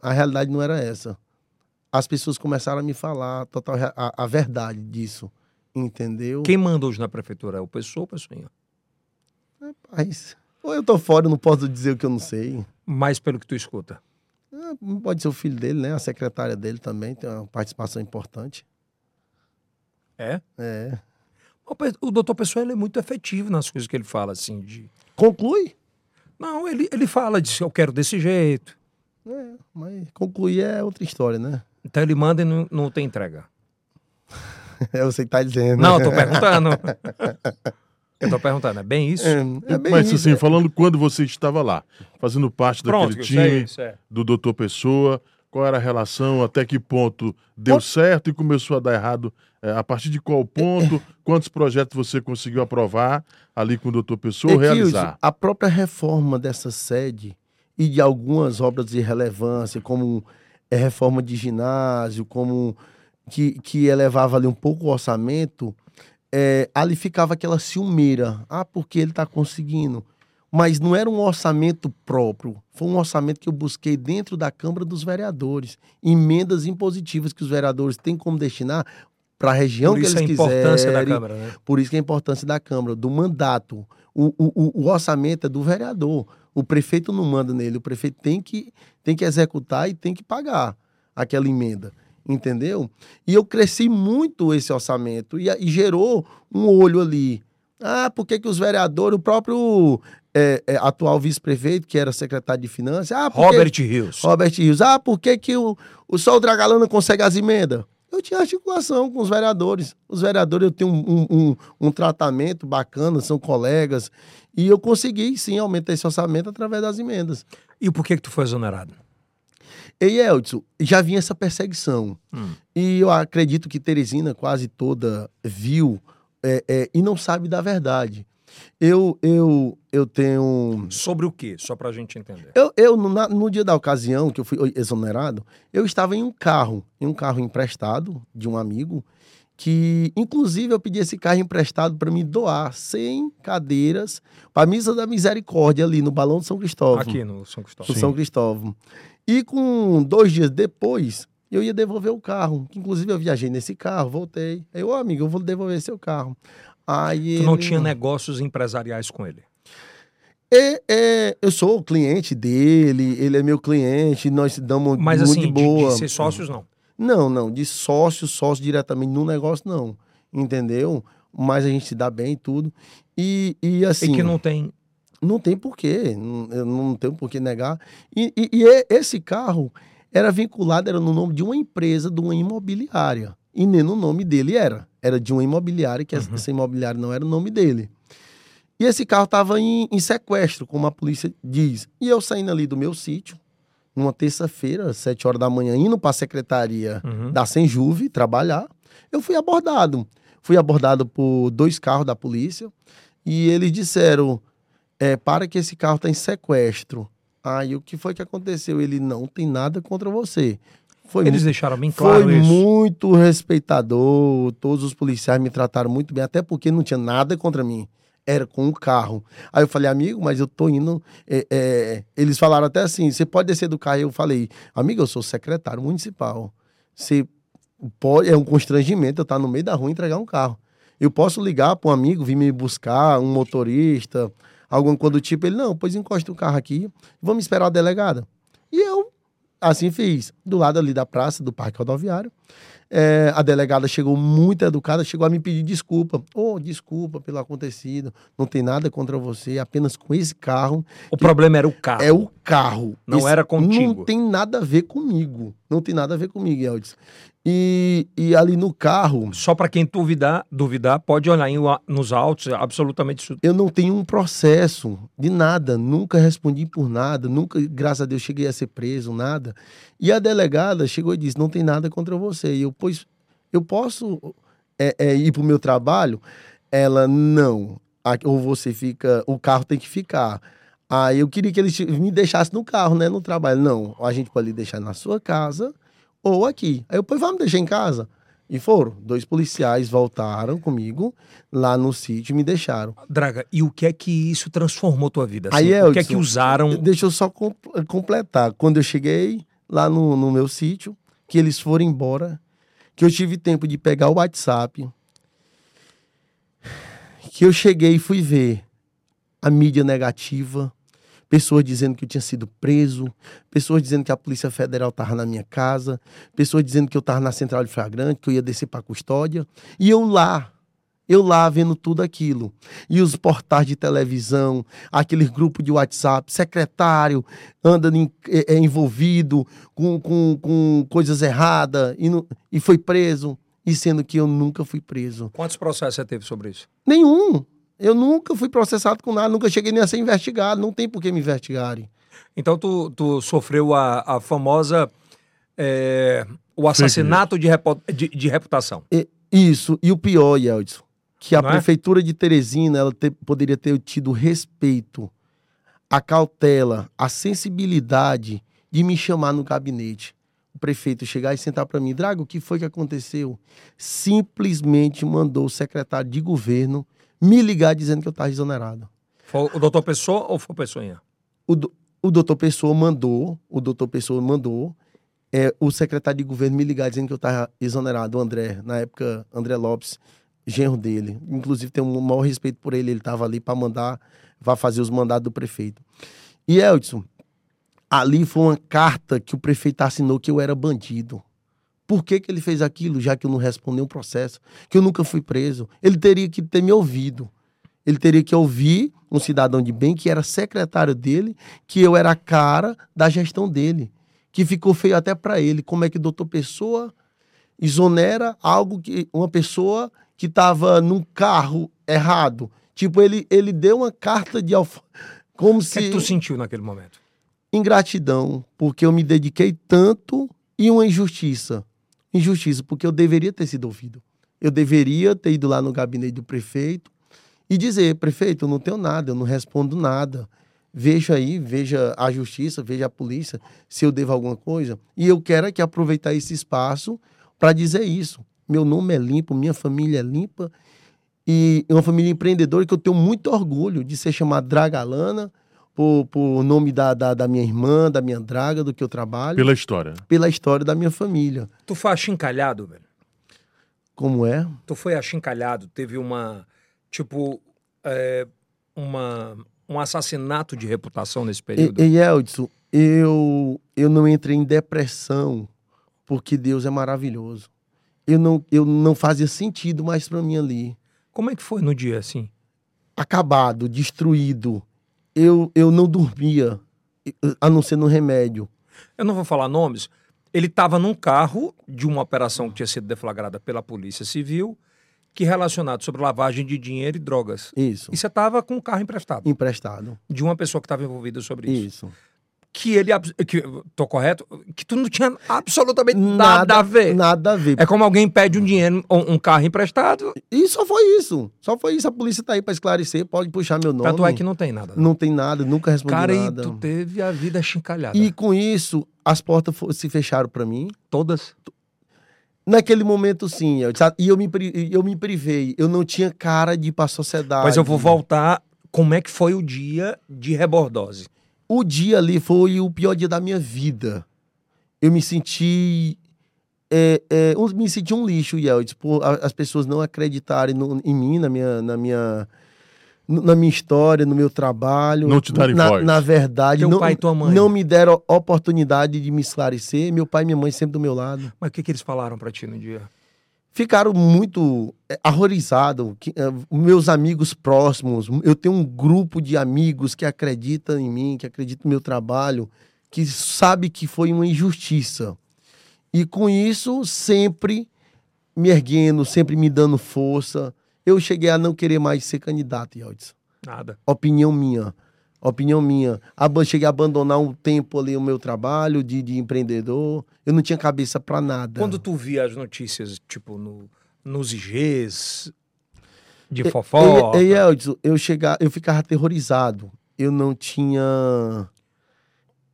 Speaker 3: A realidade não era essa. As pessoas começaram a me falar a total rea- a, a verdade disso, entendeu?
Speaker 1: Quem manda hoje na prefeitura é o Pessoa ou o Pessoinha?
Speaker 3: Mas, ou eu tô fora, eu não posso dizer o que eu não sei.
Speaker 1: Mas pelo que tu escuta.
Speaker 3: Ah, Pode ser o filho dele, né? A secretária dele também tem uma participação importante.
Speaker 1: É?
Speaker 3: É.
Speaker 1: O, pe- o doutor Pessoa ele é muito efetivo nas coisas que ele fala, assim, de...
Speaker 3: Conclui?
Speaker 1: Não, ele, ele fala de eu quero desse jeito.
Speaker 3: É, mas concluir é outra história, né?
Speaker 1: Então ele manda e não, não tem entrega.
Speaker 3: É você que tá dizendo.
Speaker 1: Não, eu tô perguntando. eu tô perguntando, é bem isso?
Speaker 3: É, é bem
Speaker 2: Mas
Speaker 3: isso.
Speaker 2: assim, falando quando você estava lá, fazendo parte
Speaker 1: Pronto,
Speaker 2: daquele
Speaker 1: isso é
Speaker 2: time,
Speaker 1: isso. É.
Speaker 2: do doutor Pessoa, qual era a relação, até que ponto deu certo e começou a dar errado, é, a partir de qual ponto, quantos projetos você conseguiu aprovar ali com o doutor Pessoa,
Speaker 3: É que, Wilson,
Speaker 2: realizar.
Speaker 3: a própria reforma dessa sede e de algumas obras de relevância, como é, reforma de ginásio, como que, que elevava ali um pouco o orçamento, é, ali ficava aquela ciumeira. Ah, porque ele está conseguindo. Mas não era um orçamento próprio, foi um orçamento que eu busquei dentro da Câmara dos Vereadores. Emendas impositivas que os vereadores têm como destinar para a região
Speaker 1: Por
Speaker 3: é que
Speaker 1: isso a
Speaker 3: eles
Speaker 1: importância da
Speaker 3: quiserem.
Speaker 1: Câmara, né?
Speaker 3: Por isso que é a importância da Câmara, do mandato. O, o- o- o orçamento é do vereador. O prefeito não manda nele. O prefeito tem que, tem que executar e tem que pagar aquela emenda. Entendeu? E eu cresci muito esse orçamento e, a- e gerou um olho ali. Ah, por que, que os vereadores, o próprio é, é, atual vice-prefeito, que era secretário de finanças. Ah, por que-
Speaker 1: Robert Rios.
Speaker 3: Robert Rios. Ah, por que, que o, o Sol Dragalã não consegue as emendas? Eu tinha articulação com os vereadores. Os vereadores, eu tenho um, um- um- um tratamento bacana, são colegas. E eu consegui, sim, aumentar esse orçamento através das emendas.
Speaker 1: E por que que tu foi exonerado?
Speaker 3: E Eldson, já vinha essa perseguição.
Speaker 1: Hum.
Speaker 3: E eu acredito que Teresina quase toda viu é, é, e não sabe da verdade. Eu, eu, eu tenho
Speaker 1: Sobre o quê? Só pra gente entender.
Speaker 3: Eu, eu, no, na- no dia da ocasião que eu fui exonerado, eu estava em um carro, em um carro emprestado de um amigo, que inclusive eu pedi esse carro emprestado para me doar 100 cadeiras para a Missa da Misericórdia ali no Balão de São Cristóvão.
Speaker 1: Aqui no São Cristóvão.
Speaker 3: No São Cristóvão. E com dois dias depois, eu ia devolver o carro. que Inclusive, eu viajei nesse carro, voltei. Aí, ô amigo, eu vou devolver seu carro. Aí
Speaker 1: Tu não
Speaker 3: ele-
Speaker 1: tinha negócios empresariais com ele.
Speaker 3: é, é, eu sou o cliente dele, ele é meu cliente, nós se damos
Speaker 1: Mas
Speaker 3: muito
Speaker 1: assim,
Speaker 3: de
Speaker 1: de-
Speaker 3: boa.
Speaker 1: De, ser sócios, não.
Speaker 3: Não, não, de sócio, sócio diretamente no negócio, não. Entendeu? Mas a gente se dá bem e tudo. E, e assim,
Speaker 1: E que
Speaker 3: não...
Speaker 1: não tem.
Speaker 3: tem porquê, não- eu não tenho porquê negar. E, e- e e- esse carro era vinculado, era no nome de uma empresa, de uma imobiliária. E nem no nome dele era. Era de uma imobiliária, que essa-
Speaker 1: Uhum.
Speaker 3: essa imobiliária não era o nome dele. E esse carro estava em, em sequestro, como a polícia diz. E eu saindo ali do meu sítio, numa terça-feira, sete horas da manhã, indo para a secretaria
Speaker 1: Uhum.
Speaker 3: da Senjuve trabalhar, eu fui abordado. Fui abordado por dois carros da polícia e eles disseram: é, para que esse carro está em sequestro. Aí o que foi que aconteceu? Ele não tem nada contra você. Foi
Speaker 1: Eles
Speaker 3: mu-
Speaker 1: deixaram bem claro
Speaker 3: foi
Speaker 1: isso.
Speaker 3: muito respeitador, todos os policiais me trataram muito bem, até porque não tinha nada contra mim. Era com o carro. Aí eu falei, amigo, mas eu tô indo. é, é, Eles falaram até assim: você pode descer do carro. Eu falei, amigo, eu sou secretário municipal. Você pode. É um constrangimento eu estar no meio da rua e entregar um carro. Eu posso ligar para um amigo vir me buscar, um motorista, alguma coisa do tipo. Ele, não, pois encosta o carro aqui, vamos esperar a delegada. E eu Assim fiz. Do lado ali da praça, do parque rodoviário. É, a delegada chegou muito educada, chegou a me pedir desculpa. Oh, desculpa pelo acontecido. Não tem nada contra você, apenas com esse carro.
Speaker 1: O problema era o carro.
Speaker 3: É o carro.
Speaker 1: Ah. Não
Speaker 3: Esse
Speaker 1: era contigo.
Speaker 3: Não tem nada a ver comigo. Não tem nada a ver comigo, Eldis. E, e ali no carro,
Speaker 1: Só pra quem duvidar, duvidar, pode olhar em wa- nos autos, é absolutamente isso.
Speaker 3: eu não tenho um processo de nada, nunca respondi por nada, nunca, graças a Deus, cheguei a ser preso, nada. E a delegada chegou e disse: não tem nada contra você. E eu, pois, eu posso é, é, ir para o meu trabalho? Ela, não. A- Ou você fica, o carro tem que ficar. Aí eu queria que eles me deixassem no carro, né? No trabalho. Não, a gente pode lhe deixar na sua casa ou aqui. Aí eu, pois, vamos deixar em casa. E foram. Dois policiais voltaram comigo lá no sítio e me deixaram.
Speaker 1: Draga, e o que é que isso transformou tua vida?
Speaker 3: Aí,
Speaker 1: o que é
Speaker 3: Edson,
Speaker 1: que usaram?
Speaker 3: Deixa eu só com- completar. Quando eu cheguei lá no, no meu sítio, que eles foram embora, que eu tive tempo de pegar o WhatsApp, que eu cheguei e fui ver a mídia negativa, pessoas dizendo que eu tinha sido preso, pessoas dizendo que a Polícia Federal estava na minha casa, pessoas dizendo que eu estava na central de flagrante, que eu ia descer para custódia, e eu lá. Eu lá vendo tudo aquilo. E os portais de televisão, aquele grupo de WhatsApp, secretário anda em- é, é envolvido com, com, com coisas erradas e, não- e foi preso, e sendo que eu nunca fui preso.
Speaker 1: Quantos processos você teve sobre isso?
Speaker 3: Nenhum. Eu nunca fui processado com nada, nunca cheguei nem a ser investigado, não tem por que me investigarem.
Speaker 1: Então tu, tu sofreu a, a famosa. é, o assassinato de, repo- de- de reputação.
Speaker 3: Isso, e o pior, Yeldson, que a
Speaker 1: Não é?
Speaker 3: prefeitura de Teresina ela te- poderia ter tido respeito, a cautela, a sensibilidade de me chamar no gabinete. O prefeito chegar e sentar para mim, Drago, o que foi que aconteceu? Simplesmente mandou o secretário de governo me ligar dizendo que eu estava exonerado.
Speaker 1: Foi o doutor Pessoa ou foi o Pessoinha?
Speaker 3: o, do- o doutor Pessoa mandou, o doutor Pessoa mandou é, o secretário de governo me ligar dizendo que eu estava exonerado, o André, na época, André Lopes, genro dele. Inclusive, tenho o maior respeito por ele, ele estava ali para mandar, vai fazer os mandados do prefeito. E, Eldson, ali foi uma carta que o prefeito assinou que eu era bandido. Por que, que ele fez aquilo, já que eu não respondi um processo, que eu nunca fui preso? Ele teria que ter me ouvido. ele teria que ouvir um cidadão de bem que era secretário dele, que eu era a cara da gestão dele, que ficou feio até para ele. Como é que o doutor Pessoa exonera algo que uma pessoa que estava num carro errado? Tipo, ele, ele deu uma carta de alfa... como
Speaker 1: O que é que tu sentiu naquele momento?
Speaker 3: ingratidão, porque eu me dediquei tanto e uma injustiça. Injustiça, porque eu deveria ter sido ouvido. Eu deveria ter ido lá no gabinete do prefeito e dizer: prefeito, eu não tenho nada, eu não respondo nada. Veja aí, veja a justiça, veja a polícia, se eu devo alguma coisa. E eu quero aqui aproveitar esse espaço para dizer isso. Meu nome é limpo, minha família é limpa e é uma família empreendedora que eu tenho muito orgulho de ser chamado Dragalana por, por nome da, da, da minha irmã, da minha draga, do que eu trabalho, pela,
Speaker 2: Pela história. né?
Speaker 3: história da minha família.
Speaker 1: Tu foi achincalhado, velho.
Speaker 3: Como é?
Speaker 1: Tu foi achincalhado. Teve uma. Tipo. é, uma, um assassinato de reputação nesse
Speaker 3: E,
Speaker 1: período.
Speaker 3: e Eldson, eu, eu não entrei em depressão porque Deus é maravilhoso. Eu não, eu não fazia sentido mais para mim ali.
Speaker 1: Como é que foi no dia, assim?
Speaker 3: Acabado, destruído. Eu, eu não dormia, a não ser no remédio.
Speaker 1: Eu não vou falar nomes. Ele estava num carro de uma operação que tinha sido deflagrada pela Polícia Civil, que relacionado sobre lavagem de dinheiro e drogas.
Speaker 3: Isso.
Speaker 1: E você estava com um carro emprestado
Speaker 3: Emprestado.
Speaker 1: de uma pessoa que estava envolvida sobre isso.
Speaker 3: Isso.
Speaker 1: Que ele. abs- Que, tô correto? Que tu não tinha absolutamente nada,
Speaker 3: Nada
Speaker 1: a ver.
Speaker 3: Nada a ver.
Speaker 1: É como alguém pede um dinheiro, um, um carro emprestado,
Speaker 3: E só foi isso. Só foi isso. A polícia tá aí pra esclarecer, pode puxar meu nome.
Speaker 1: tanto é que não tem nada.
Speaker 3: Não tem nada, nunca respondi
Speaker 1: Cara,
Speaker 3: nada.
Speaker 1: e tu teve a vida chincalhada.
Speaker 3: E com isso, as portas fo- se fecharam pra mim.
Speaker 1: todas.
Speaker 3: Naquele momento, sim. eu disse, e eu me, pri- eu me privei. Eu não tinha cara de ir pra sociedade.
Speaker 1: Mas eu vou voltar. Como é que foi o dia de rebordose?
Speaker 3: O dia ali foi o pior dia da minha vida. Eu me senti. é, é, eu me senti um lixo, Yeltsin, por a- as pessoas não acreditarem no- em mim, na minha, na, minha, no- na minha história, no meu trabalho.
Speaker 2: Não te darem
Speaker 3: na,
Speaker 2: voz.
Speaker 3: Na verdade,
Speaker 1: Teu
Speaker 3: não,
Speaker 1: pai e tua mãe.
Speaker 3: não me deram oportunidade de me esclarecer. Meu pai e minha mãe sempre do meu lado.
Speaker 1: Mas o que, que eles falaram pra ti no dia?
Speaker 3: Ficaram muito é, horrorizados. que, é, Meus amigos próximos, eu tenho um grupo de amigos que acreditam em mim, que acreditam no meu trabalho, que sabe que foi uma injustiça. E com isso, sempre me erguendo, sempre me dando força. Eu cheguei a não querer mais ser candidato, Yeltsin.
Speaker 1: Nada.
Speaker 3: Opinião minha. Opinião minha. Aban- Cheguei a abandonar um tempo ali o meu trabalho de, de empreendedor. Eu não tinha cabeça para nada.
Speaker 1: Quando tu via as notícias, tipo, no, nos IGs, de
Speaker 3: E-
Speaker 1: fofoca.
Speaker 3: E, e Eldson, eu, chega- eu ficava aterrorizado. Eu não tinha.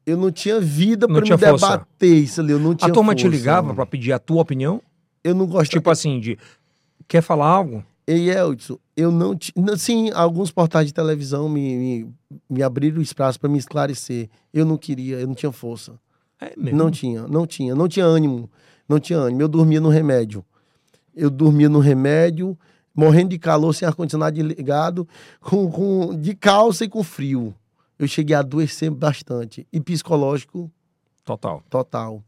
Speaker 3: Eu não tinha vida
Speaker 1: Não
Speaker 3: pra
Speaker 1: tinha
Speaker 3: me
Speaker 1: força.
Speaker 3: debater isso ali. Eu não
Speaker 1: a
Speaker 3: tinha
Speaker 1: turma te
Speaker 3: força. né?
Speaker 1: ligava pra pedir a tua opinião?
Speaker 3: Eu não gostava.
Speaker 1: Tipo assim, de. Quer falar algo?
Speaker 3: Ei, Eldson, eu não ti- não- Sim, alguns portais de televisão me, me, me abriram espaço pra me esclarecer. Eu não queria, eu não tinha força.
Speaker 1: É mesmo.
Speaker 3: Não tinha, não tinha, não tinha ânimo. Não tinha ânimo. Eu dormia no remédio. Eu dormia no remédio, morrendo de calor, sem ar-condicionado ligado, com, com, de calça e com frio. Eu cheguei a adoecer bastante. E psicológico
Speaker 1: Total.
Speaker 3: total.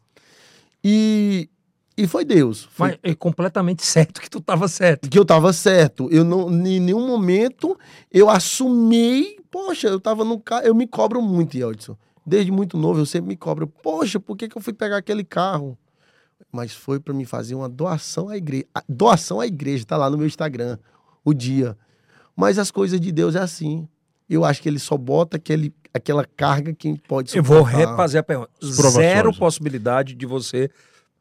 Speaker 3: E, e foi Deus. Foi
Speaker 1: Mas é completamente certo que tu tava certo.
Speaker 3: que eu tava certo. Eu não, em nenhum momento eu assumi, poxa, eu tava no carro, eu me cobro muito, Yeldson. Desde muito novo eu sempre me cobro, poxa, por que, que eu fui pegar aquele carro? Mas foi para me fazer uma doação à igreja. A- Doação à igreja, tá lá no meu Instagram, o dia. Mas as coisas de Deus é assim. Eu acho que ele só bota aquele, aquela carga que pode
Speaker 1: Eu vou
Speaker 3: suportar.
Speaker 1: refazer a pergunta.
Speaker 2: provações,
Speaker 1: Zero
Speaker 2: né?
Speaker 1: possibilidade de você.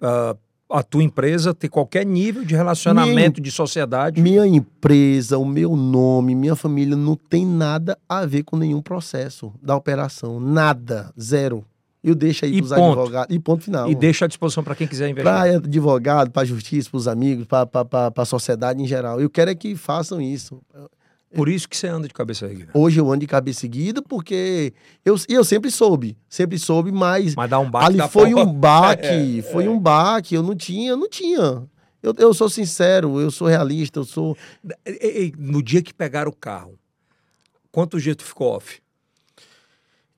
Speaker 1: ah, a tua empresa ter qualquer nível de relacionamento, de sociedade.
Speaker 3: Minha empresa, o meu nome, minha família não tem nada a ver com nenhum processo da operação. Nada. Zero. Eu deixo aí
Speaker 1: E
Speaker 3: pros
Speaker 1: ponto.
Speaker 3: advogados. E ponto final.
Speaker 1: E deixa à disposição para quem quiser investir.
Speaker 3: Pra advogado, pra justiça, pros amigos, pra, pra, pra, pra sociedade em geral. Eu quero é que façam isso.
Speaker 1: Por isso que você anda de cabeça erguida.
Speaker 3: Hoje eu ando de cabeça seguida porque eu, e eu sempre soube. Sempre soube, mas
Speaker 1: Mas dá um baque
Speaker 3: Ali
Speaker 1: da
Speaker 3: foi
Speaker 1: porra.
Speaker 3: um
Speaker 1: É.
Speaker 3: baque, foi um baque. Eu não tinha, eu não tinha. Eu, eu sou sincero, eu sou realista, eu sou.
Speaker 1: Ei, ei, no dia que pegaram o carro, quantos dias tu ficou off?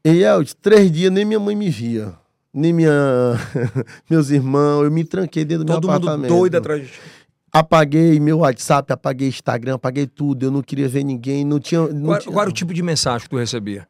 Speaker 3: E eu, de três dias, nem minha mãe me via. Nem minha... meus irmãos, eu me tranquei dentro do
Speaker 1: Todo
Speaker 3: meu
Speaker 1: mundo
Speaker 3: apartamento.
Speaker 1: doido atrás de ti.
Speaker 3: Apaguei meu WhatsApp, apaguei Instagram, apaguei tudo. Eu não queria ver ninguém, não tinha. Não
Speaker 1: Qual,
Speaker 3: tinha-
Speaker 1: qual era o tipo de mensagem que tu recebia?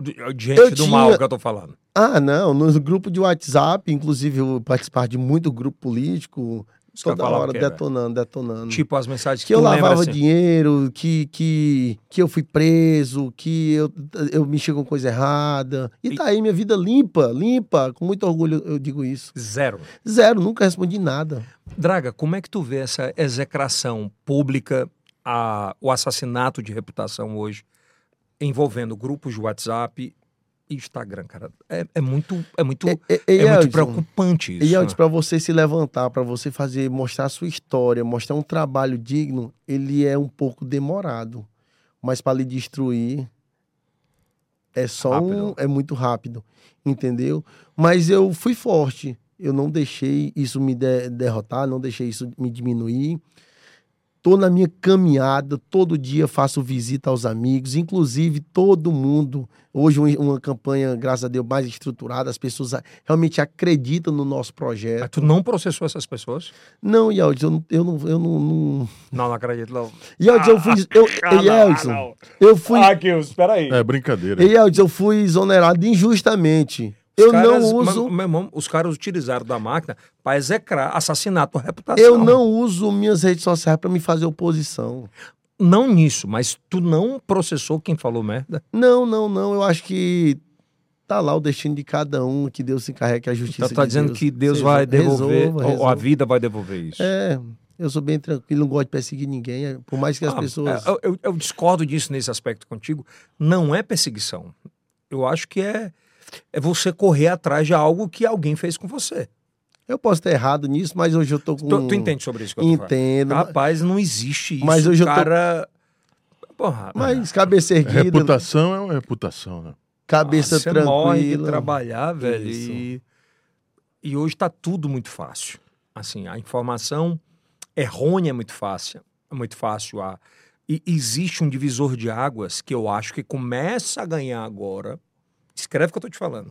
Speaker 1: De, de gente
Speaker 3: Eu
Speaker 1: do
Speaker 3: tinha-
Speaker 1: mal que eu tô falando.
Speaker 3: Ah, não, nos grupos de WhatsApp, inclusive eu participava de muito grupo político,
Speaker 1: Isso que eu
Speaker 3: toda
Speaker 1: falava
Speaker 3: hora
Speaker 1: que era.
Speaker 3: detonando, detonando.
Speaker 1: Tipo as mensagens que,
Speaker 3: que eu
Speaker 1: tu lembra,
Speaker 3: lavava
Speaker 1: assim.
Speaker 3: dinheiro, que, que, que eu fui preso, que eu, eu mexi com coisa errada. E
Speaker 1: E-
Speaker 3: tá aí minha vida limpa, limpa, com muito orgulho eu digo isso.
Speaker 1: Zero.
Speaker 3: Zero, nunca respondi nada.
Speaker 1: Draga, como é que tu vê essa execração pública, a- o assassinato de reputação hoje, envolvendo grupos de WhatsApp e Instagram, cara? É, é muito, é muito, é,
Speaker 3: E, e,
Speaker 1: muito
Speaker 3: Elton,
Speaker 1: preocupante isso.
Speaker 3: E é Elton,
Speaker 1: né?
Speaker 3: pra você se levantar, pra você fazer, mostrar a sua história, mostrar um trabalho digno, ele é um pouco demorado. Mas pra lhe destruir é só um,
Speaker 1: Rápido.
Speaker 3: é muito rápido, entendeu? Mas eu fui forte. Eu não deixei isso me de- derrotar, não deixei isso me diminuir. Tô na minha caminhada, todo dia faço visita aos amigos, inclusive todo mundo. Hoje um- uma campanha, graças a Deus, mais estruturada, as pessoas a- realmente acreditam no
Speaker 1: Mas
Speaker 3: nosso projeto.
Speaker 1: tu não processou essas pessoas?
Speaker 3: Não, Yaldis, eu não... Eu não, eu não, não...
Speaker 1: Não, não acredito. Não.
Speaker 3: Yaldis, eu
Speaker 1: Ah,
Speaker 3: fui... Eu, Yaldis, eu fui...
Speaker 1: Guilherme, espera aí.
Speaker 2: É brincadeira.
Speaker 3: Yaldis, eu fui exonerado injustamente.
Speaker 1: Os
Speaker 3: Eu
Speaker 1: caras-
Speaker 3: não uso...
Speaker 1: ma- meu irmão, os caras utilizaram da máquina para execrar, assassinar tua reputação.
Speaker 3: Eu não uso minhas redes sociais pra me fazer oposição.
Speaker 1: Não nisso, mas tu não processou quem falou merda.
Speaker 3: Não, não, não. Eu acho que tá lá o destino de cada um, que Deus se encarregue, que a justiça
Speaker 1: Então tá
Speaker 3: de
Speaker 1: dizendo
Speaker 3: Deus
Speaker 1: que Deus
Speaker 3: seja-
Speaker 1: vai devolver,
Speaker 3: resolva,
Speaker 1: ou- ou a
Speaker 3: resolva.
Speaker 1: vida vai devolver isso.
Speaker 3: É, eu sou bem tranquilo, não gosto de perseguir ninguém, é, por mais que as
Speaker 1: Ah,
Speaker 3: pessoas...
Speaker 1: é, Eu, eu- eu discordo disso nesse aspecto contigo. Não é perseguição. Eu acho que é, é você correr atrás de algo que alguém fez com você.
Speaker 3: Eu posso estar errado nisso, mas hoje eu tô com...
Speaker 1: Tu, tu entende sobre isso que eu tô falando?
Speaker 3: Entendo.
Speaker 1: Rapaz, não existe isso.
Speaker 3: Mas hoje eu tô-
Speaker 1: cara... Porra,
Speaker 3: Mas cabeça erguida,
Speaker 2: Reputação é uma reputação, né?
Speaker 3: cabeça
Speaker 1: ah, você morre de
Speaker 3: tranquila.
Speaker 1: trabalhar, velho.
Speaker 3: Isso.
Speaker 1: E, e hoje está tudo muito fácil. Assim, a informação errônea é muito fácil. É muito fácil. A, e existe um divisor de águas que eu acho que começa a ganhar agora. Escreve o que eu tô te falando.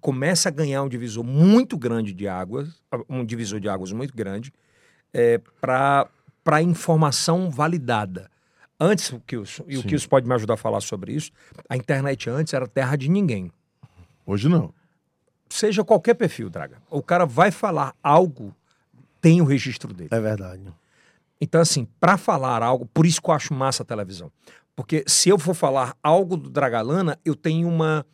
Speaker 1: Começa a ganhar um divisor muito grande de águas, um divisor de águas muito grande, é, para informação validada. Antes, o Kilson, e o
Speaker 2: Sim.
Speaker 1: Kilson pode me ajudar a falar sobre isso, a internet antes era terra de ninguém.
Speaker 2: Hoje não.
Speaker 1: Seja qualquer perfil, Draga. O cara vai falar algo, tem o registro dele.
Speaker 3: É verdade.
Speaker 1: Então, assim, para falar algo, por isso que eu acho massa a televisão. Porque se eu for falar algo do Dragalana, eu tenho uma,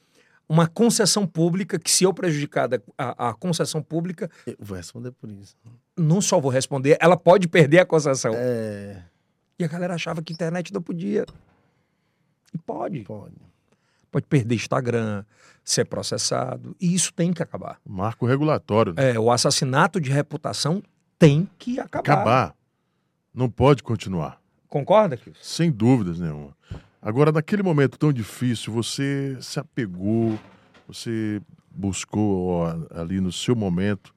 Speaker 1: uma concessão pública que, se eu prejudicar da- a, a concessão pública,
Speaker 3: Eu vou responder por isso.
Speaker 1: não só vou responder, ela pode perder a concessão.
Speaker 3: É,
Speaker 1: E a galera achava que a internet não podia. E pode.
Speaker 3: pode.
Speaker 1: Pode perder Instagram, ser processado. E isso tem que acabar.
Speaker 2: Marco regulatório. Né?
Speaker 1: É, o assassinato de reputação tem que
Speaker 3: É,
Speaker 1: acabar.
Speaker 2: Acabar. Não pode continuar.
Speaker 1: Concorda, Kilson?
Speaker 2: Sem dúvidas nenhuma. Agora, naquele momento tão difícil, você se apegou, você buscou ó, ali no seu momento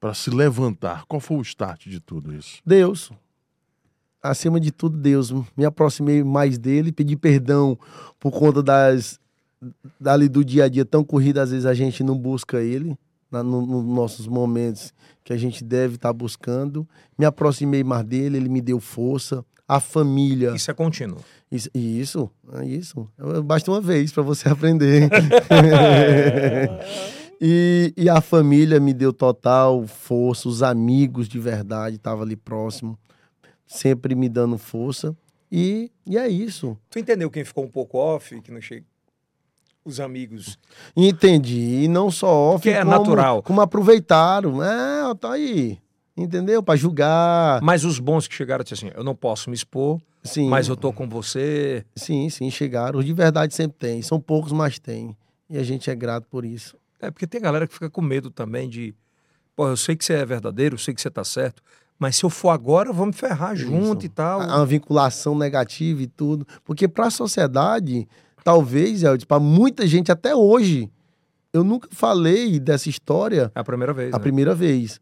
Speaker 2: para se levantar. Qual foi o start de tudo isso?
Speaker 3: Deus. Acima de tudo, Deus. Me aproximei mais dele, pedi perdão por conta das dali do dia a dia tão corrido, às vezes a gente não busca ele na- no- nos nossos momentos que a gente deve estar buscando. Me aproximei mais dele, ele me deu força, a família.
Speaker 1: Isso é contínuo.
Speaker 3: Isso, isso, é isso. Eu- eu- Basta uma vez para você aprender. e, e a família me deu total força, os amigos de verdade estavam ali próximo, sempre me dando força. E, e é isso.
Speaker 1: Tu entendeu quem ficou um pouco off, que não chega? Os amigos.
Speaker 3: Entendi. E não só off,
Speaker 1: Que é
Speaker 3: como,
Speaker 1: natural.
Speaker 3: como aproveitaram. É, ó, tá aí. Entendeu? Para julgar.
Speaker 1: Mas os bons que chegaram disseram assim: eu não posso me expor,
Speaker 3: Sim,
Speaker 1: mas eu tô com você.
Speaker 3: sim, sim, chegaram. Os de verdade sempre tem. São poucos, mas tem. E a gente é grato por isso.
Speaker 1: É porque tem galera que fica com medo também de. Pô, eu sei que você é verdadeiro, eu sei que você tá certo, mas se eu for agora, eu vou me ferrar
Speaker 3: Isso.
Speaker 1: junto e tal.
Speaker 3: a- uma vinculação negativa e tudo. Porque para a sociedade, talvez, Elton, para muita gente até hoje, eu nunca falei dessa história
Speaker 1: É a primeira vez.
Speaker 3: a
Speaker 1: né?
Speaker 3: primeira vez.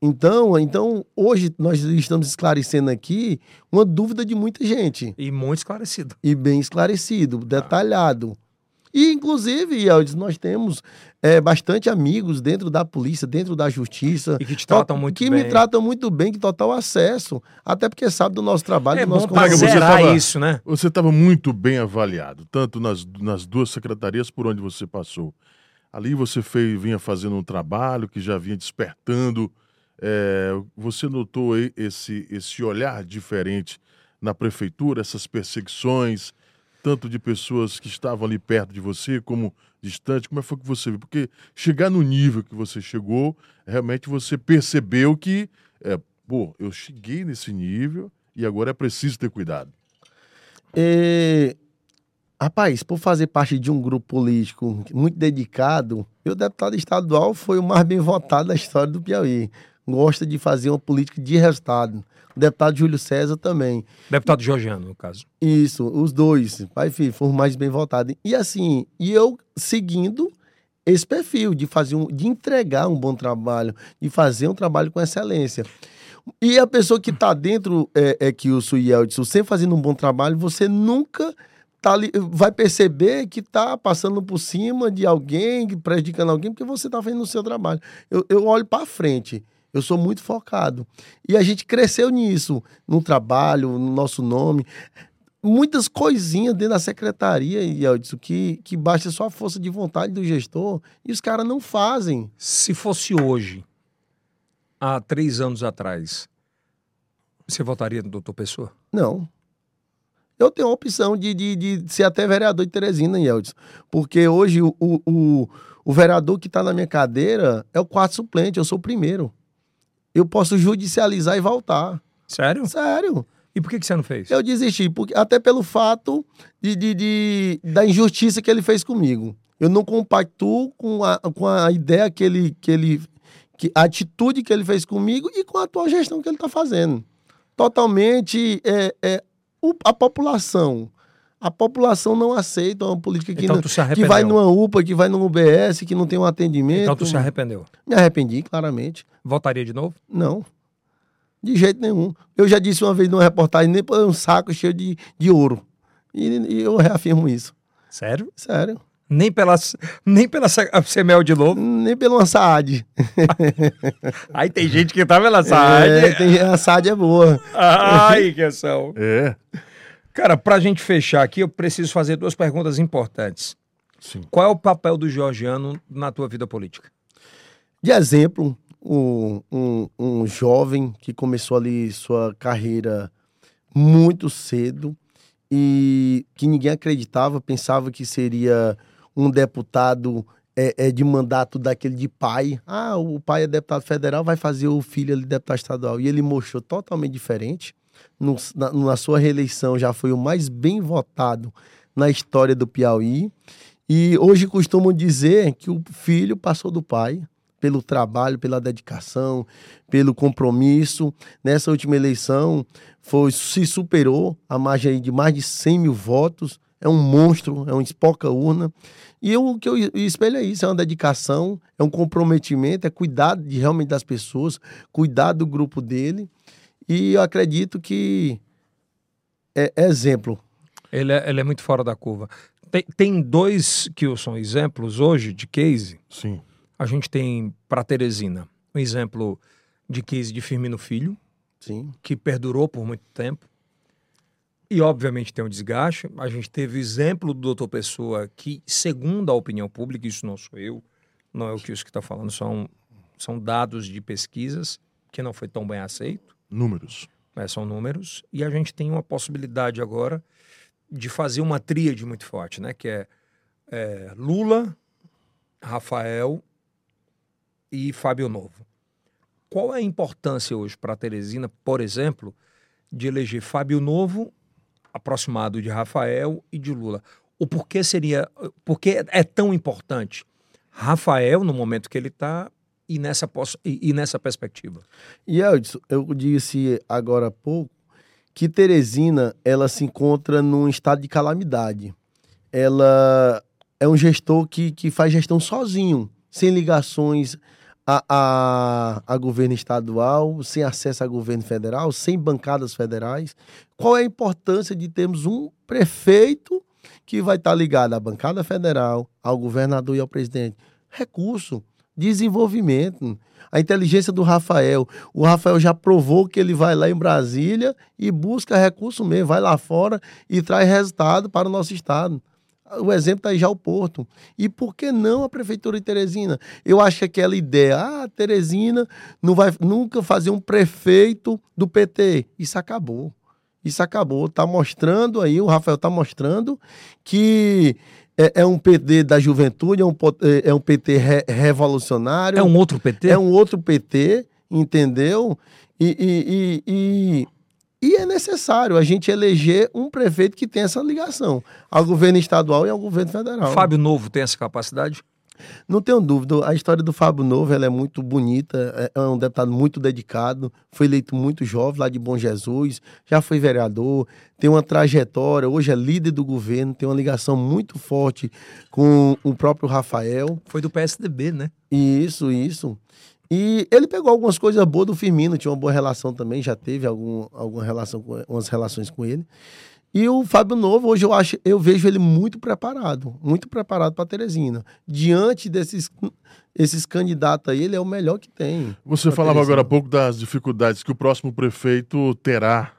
Speaker 3: Então, então, hoje nós estamos esclarecendo aqui uma dúvida de muita gente.
Speaker 1: E muito esclarecido.
Speaker 3: E bem esclarecido, detalhado. E, inclusive, Eldes, nós temos é, bastante amigos dentro da polícia, dentro da justiça.
Speaker 1: E que te tratam muito
Speaker 3: que
Speaker 1: bem.
Speaker 3: me tratam muito bem, que total acesso. Até porque sabe do nosso trabalho,
Speaker 1: É
Speaker 3: do
Speaker 1: bom
Speaker 3: nosso
Speaker 1: pra
Speaker 2: colega, você
Speaker 1: zerar
Speaker 2: tava-
Speaker 1: isso, né?
Speaker 2: Você estava muito bem avaliado, tanto nas, nas duas secretarias por onde você passou. Ali você fez, vinha fazendo um trabalho que já vinha despertando. É, você notou aí esse, esse olhar diferente na prefeitura, essas perseguições, tanto de pessoas que estavam ali perto de você, como distante. Como é que foi que você viu? Porque chegar no nível que você chegou, realmente você percebeu que, é, pô, eu cheguei nesse nível e agora é preciso ter cuidado.
Speaker 3: É, Rapaz, por fazer parte de um grupo político muito dedicado, meu deputado estadual foi o mais bem votado da história do Piauí. Gosta de fazer uma política de resultado. O deputado Júlio César também.
Speaker 1: Deputado Georgiano, no caso.
Speaker 3: Isso, os dois, pai e filho, foram mais bem votados. E assim, e eu seguindo esse perfil de fazer um, de entregar um bom trabalho, de fazer um trabalho com excelência. E a pessoa que está dentro, é, é que o Suyeldson, você fazendo um bom trabalho, você nunca tá ali, vai perceber que está passando por cima de alguém, que prejudicando alguém, porque você está fazendo o seu trabalho. Eu, eu olho para frente, eu sou muito focado. E a gente cresceu nisso, no trabalho, no nosso nome muitas coisinhas dentro da secretaria, e eu disse que, que basta é só a força de vontade do gestor e os caras não fazem.
Speaker 1: Se fosse hoje, há três anos atrás, você votaria no doutor Pessoa?
Speaker 3: Não. Eu tenho a opção de, de, de ser até vereador de Teresina, Yeldis. Porque hoje o, o, o, o vereador que está na minha cadeira é o quarto suplente, eu sou o primeiro. Eu posso judicializar e voltar.
Speaker 1: Sério?
Speaker 3: Sério.
Speaker 1: E por que, que você não fez?
Speaker 3: Eu desisti, porque, até pelo fato de, de- de- da injustiça que ele fez comigo. Eu não compactuo com a, com a ideia que ele. Que ele que, a atitude que ele fez comigo e com a atual gestão que ele está fazendo. Totalmente. É, é, o- a população. A população não aceita uma política que,
Speaker 1: Então
Speaker 3: não-
Speaker 1: tu se
Speaker 3: que
Speaker 1: arrependeu.
Speaker 3: vai numa UPA, que vai num UBS, que não tem um atendimento.
Speaker 1: Então tu se arrependeu.
Speaker 3: Me arrependi, claramente.
Speaker 1: Votaria de novo?
Speaker 3: Não. De jeito nenhum. Eu já disse uma vez numa reportagem, nem é um saco cheio de, de ouro. E, e eu reafirmo isso.
Speaker 1: Sério?
Speaker 3: Sério.
Speaker 1: Nem pela, nem pela se- a Semel de novo.
Speaker 3: Nem pelo Saad.
Speaker 1: Aí tem gente que tá pela Saad.
Speaker 3: É, tem- a Saad é boa.
Speaker 1: Ai, que são.
Speaker 2: É.
Speaker 1: Cara, pra gente fechar aqui, eu preciso fazer duas perguntas importantes.
Speaker 2: Sim.
Speaker 1: Qual é o papel do Georgiano na tua vida política?
Speaker 3: De exemplo, um, um, um jovem que começou ali sua carreira muito cedo e que ninguém acreditava, pensava que seria um deputado é, é, de mandato daquele de pai. Ah, o pai é deputado federal, vai fazer o filho ali deputado estadual. E ele mostrou totalmente diferente. No- na, na sua reeleição já foi o mais bem votado na história do Piauí. E hoje costumam dizer que o filho passou do pai pelo trabalho, pela dedicação, pelo compromisso. Nessa última eleição, foi, se superou a margem aí de mais de 100 mil votos. É um monstro, é um espoca urna. E eu- o que eu espelho é isso: é uma dedicação, é um comprometimento, é cuidado de, realmente das pessoas, cuidar do grupo dele. E eu acredito que é, é exemplo.
Speaker 1: Ele é, ele é muito fora da curva. Tem, tem dois, Kilson, exemplos hoje de case
Speaker 2: Sim.
Speaker 1: A gente tem para Teresina um exemplo de case de Firmino Filho,
Speaker 3: Sim.
Speaker 1: que perdurou por muito tempo. E, obviamente, tem um desgaste. A gente teve o exemplo do doutor Pessoa, que, segundo a opinião pública, isso não sou eu, não é o que isso que está falando, são, são dados de pesquisas que não foi tão bem aceito,
Speaker 2: Números.
Speaker 1: mas né, são números. E a gente tem uma possibilidade agora de fazer uma tríade muito forte, né? Que é, é Lula, Rafael e Fábio Novo. Qual é a importância hoje para Teresina, por exemplo, de eleger Fábio Novo, aproximado de Rafael e de Lula? O porquê seria, por que é tão importante Rafael no momento que ele está e nessa poss- e, e nessa perspectiva?
Speaker 3: E Eldson, eu disse agora há pouco que Teresina ela se encontra num estado de calamidade. Ela é um gestor que, que faz gestão sozinho, sem ligações a, a, a governo estadual, sem acesso a governo federal, sem bancadas federais. Qual é a importância de termos um prefeito que vai estar ligada à bancada federal, ao governador e ao presidente. Recurso, desenvolvimento, a inteligência do Rafael. O Rafael já provou que ele vai lá em Brasília e busca recurso mesmo, vai lá fora e traz resultado para o nosso estado. O exemplo está aí já o Porto. E por que não a Prefeitura de Teresina? Eu acho que aquela ideia, ah, Teresina não vai nunca fazer um prefeito do PT. Isso acabou. Isso acabou. Está mostrando aí, o Rafael está mostrando que é, é um PT da juventude, é um, po- é um PT re- revolucionário.
Speaker 1: É um outro PT?
Speaker 3: É um outro PT, entendeu? E, e- e- e- e é necessário a gente eleger um prefeito que tenha essa ligação ao governo estadual e ao governo federal.
Speaker 1: Fábio Novo tem essa capacidade?
Speaker 3: Não tenho dúvida, a história do Fábio Novo ela é muito bonita, é é um deputado muito dedicado, foi eleito muito jovem lá de Bom Jesus, já foi vereador, tem uma trajetória, hoje é líder do governo, tem uma ligação muito forte com o próprio Rafael.
Speaker 1: Foi do PSDB, né?
Speaker 3: Isso, isso. E ele pegou algumas coisas boas do Firmino, tinha uma boa relação também, já teve algum, alguma relação com, umas relações com ele. E o Fábio Novo, hoje eu acho, eu vejo ele muito preparado, muito preparado para Teresina. Diante desses esses candidatos aí, ele é o melhor que tem.
Speaker 2: Você
Speaker 3: Pra
Speaker 2: falava
Speaker 3: Teresina.
Speaker 2: agora há pouco das dificuldades que o próximo prefeito terá,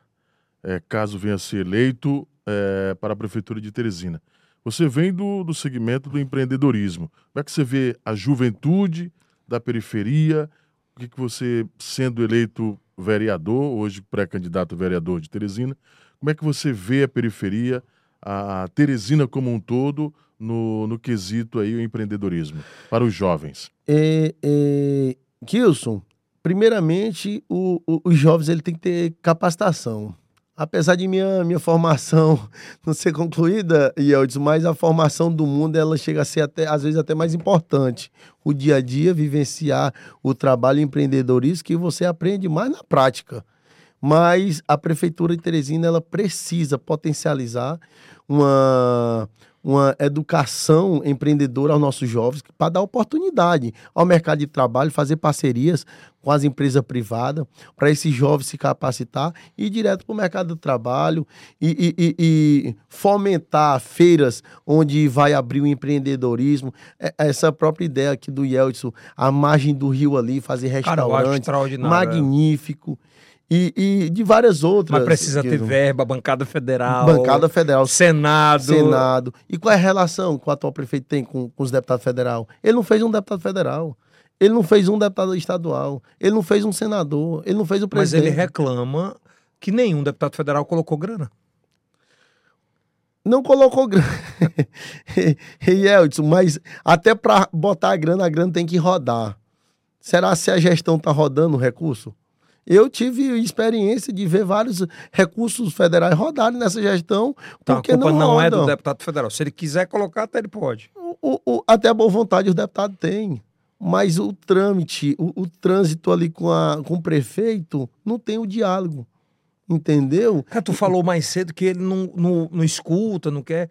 Speaker 2: eh, caso venha a ser eleito, eh, para a Prefeitura de Teresina. Você vem do, do segmento do empreendedorismo. Como é que você vê a juventude da periferia? O que, que você, sendo eleito vereador, hoje pré-candidato a vereador de Teresina, como é que você vê a periferia, a Teresina como um todo, no, no quesito aí o empreendedorismo para os jovens?
Speaker 3: É, é, Kilson, primeiramente, o- o- os jovens ele tem que ter capacitação. Apesar de minha, minha formação não ser concluída, Yeldes, mas a formação do mundo ela chega a ser até, às vezes até mais importante. O dia a dia, vivenciar o trabalho empreendedorismo que você aprende mais na prática. Mas a Prefeitura de Teresina ela precisa potencializar uma, uma educação empreendedora aos nossos jovens para dar oportunidade ao mercado de trabalho, fazer parcerias com as empresas privadas, para esses jovens se capacitar e ir direto para o mercado do trabalho e, e- e- e fomentar feiras onde vai abrir o empreendedorismo. É- Essa própria ideia aqui do Yeltsin, a margem do rio ali, fazer
Speaker 1: Cara, eu acho
Speaker 3: restaurantes
Speaker 1: extraordinário. é.
Speaker 3: É magnífico. E, e de várias outras.
Speaker 1: Mas precisa ter
Speaker 3: Guido.
Speaker 1: verba, bancada federal,
Speaker 3: Bancada federal,
Speaker 1: Senado.
Speaker 3: Senado. E qual é a relação que o atual prefeito tem com, com os deputados federal? Ele não fez um deputado federal. Ele não fez um deputado estadual. Ele não fez um senador. Ele não fez um
Speaker 1: Mas
Speaker 3: presidente.
Speaker 1: ele reclama que nenhum deputado federal colocou grana.
Speaker 3: Não colocou grana. e Eldson, mas até para botar a grana, a grana tem que rodar. Será se a gestão está rodando o recurso? Eu tive experiência de ver vários recursos federais rodarem nessa gestão,
Speaker 1: Tá,
Speaker 3: porque
Speaker 1: a culpa
Speaker 3: não,
Speaker 1: não, é
Speaker 3: rodam.
Speaker 1: do deputado federal. Se ele quiser colocar, até ele pode.
Speaker 3: o- o- o- até a boa vontade os deputados têm. Mas o trâmite, o, o trânsito ali com, a, com o prefeito, não tem o diálogo. Entendeu?
Speaker 1: Cara, tu falou mais cedo que ele não, não, não escuta, não quer.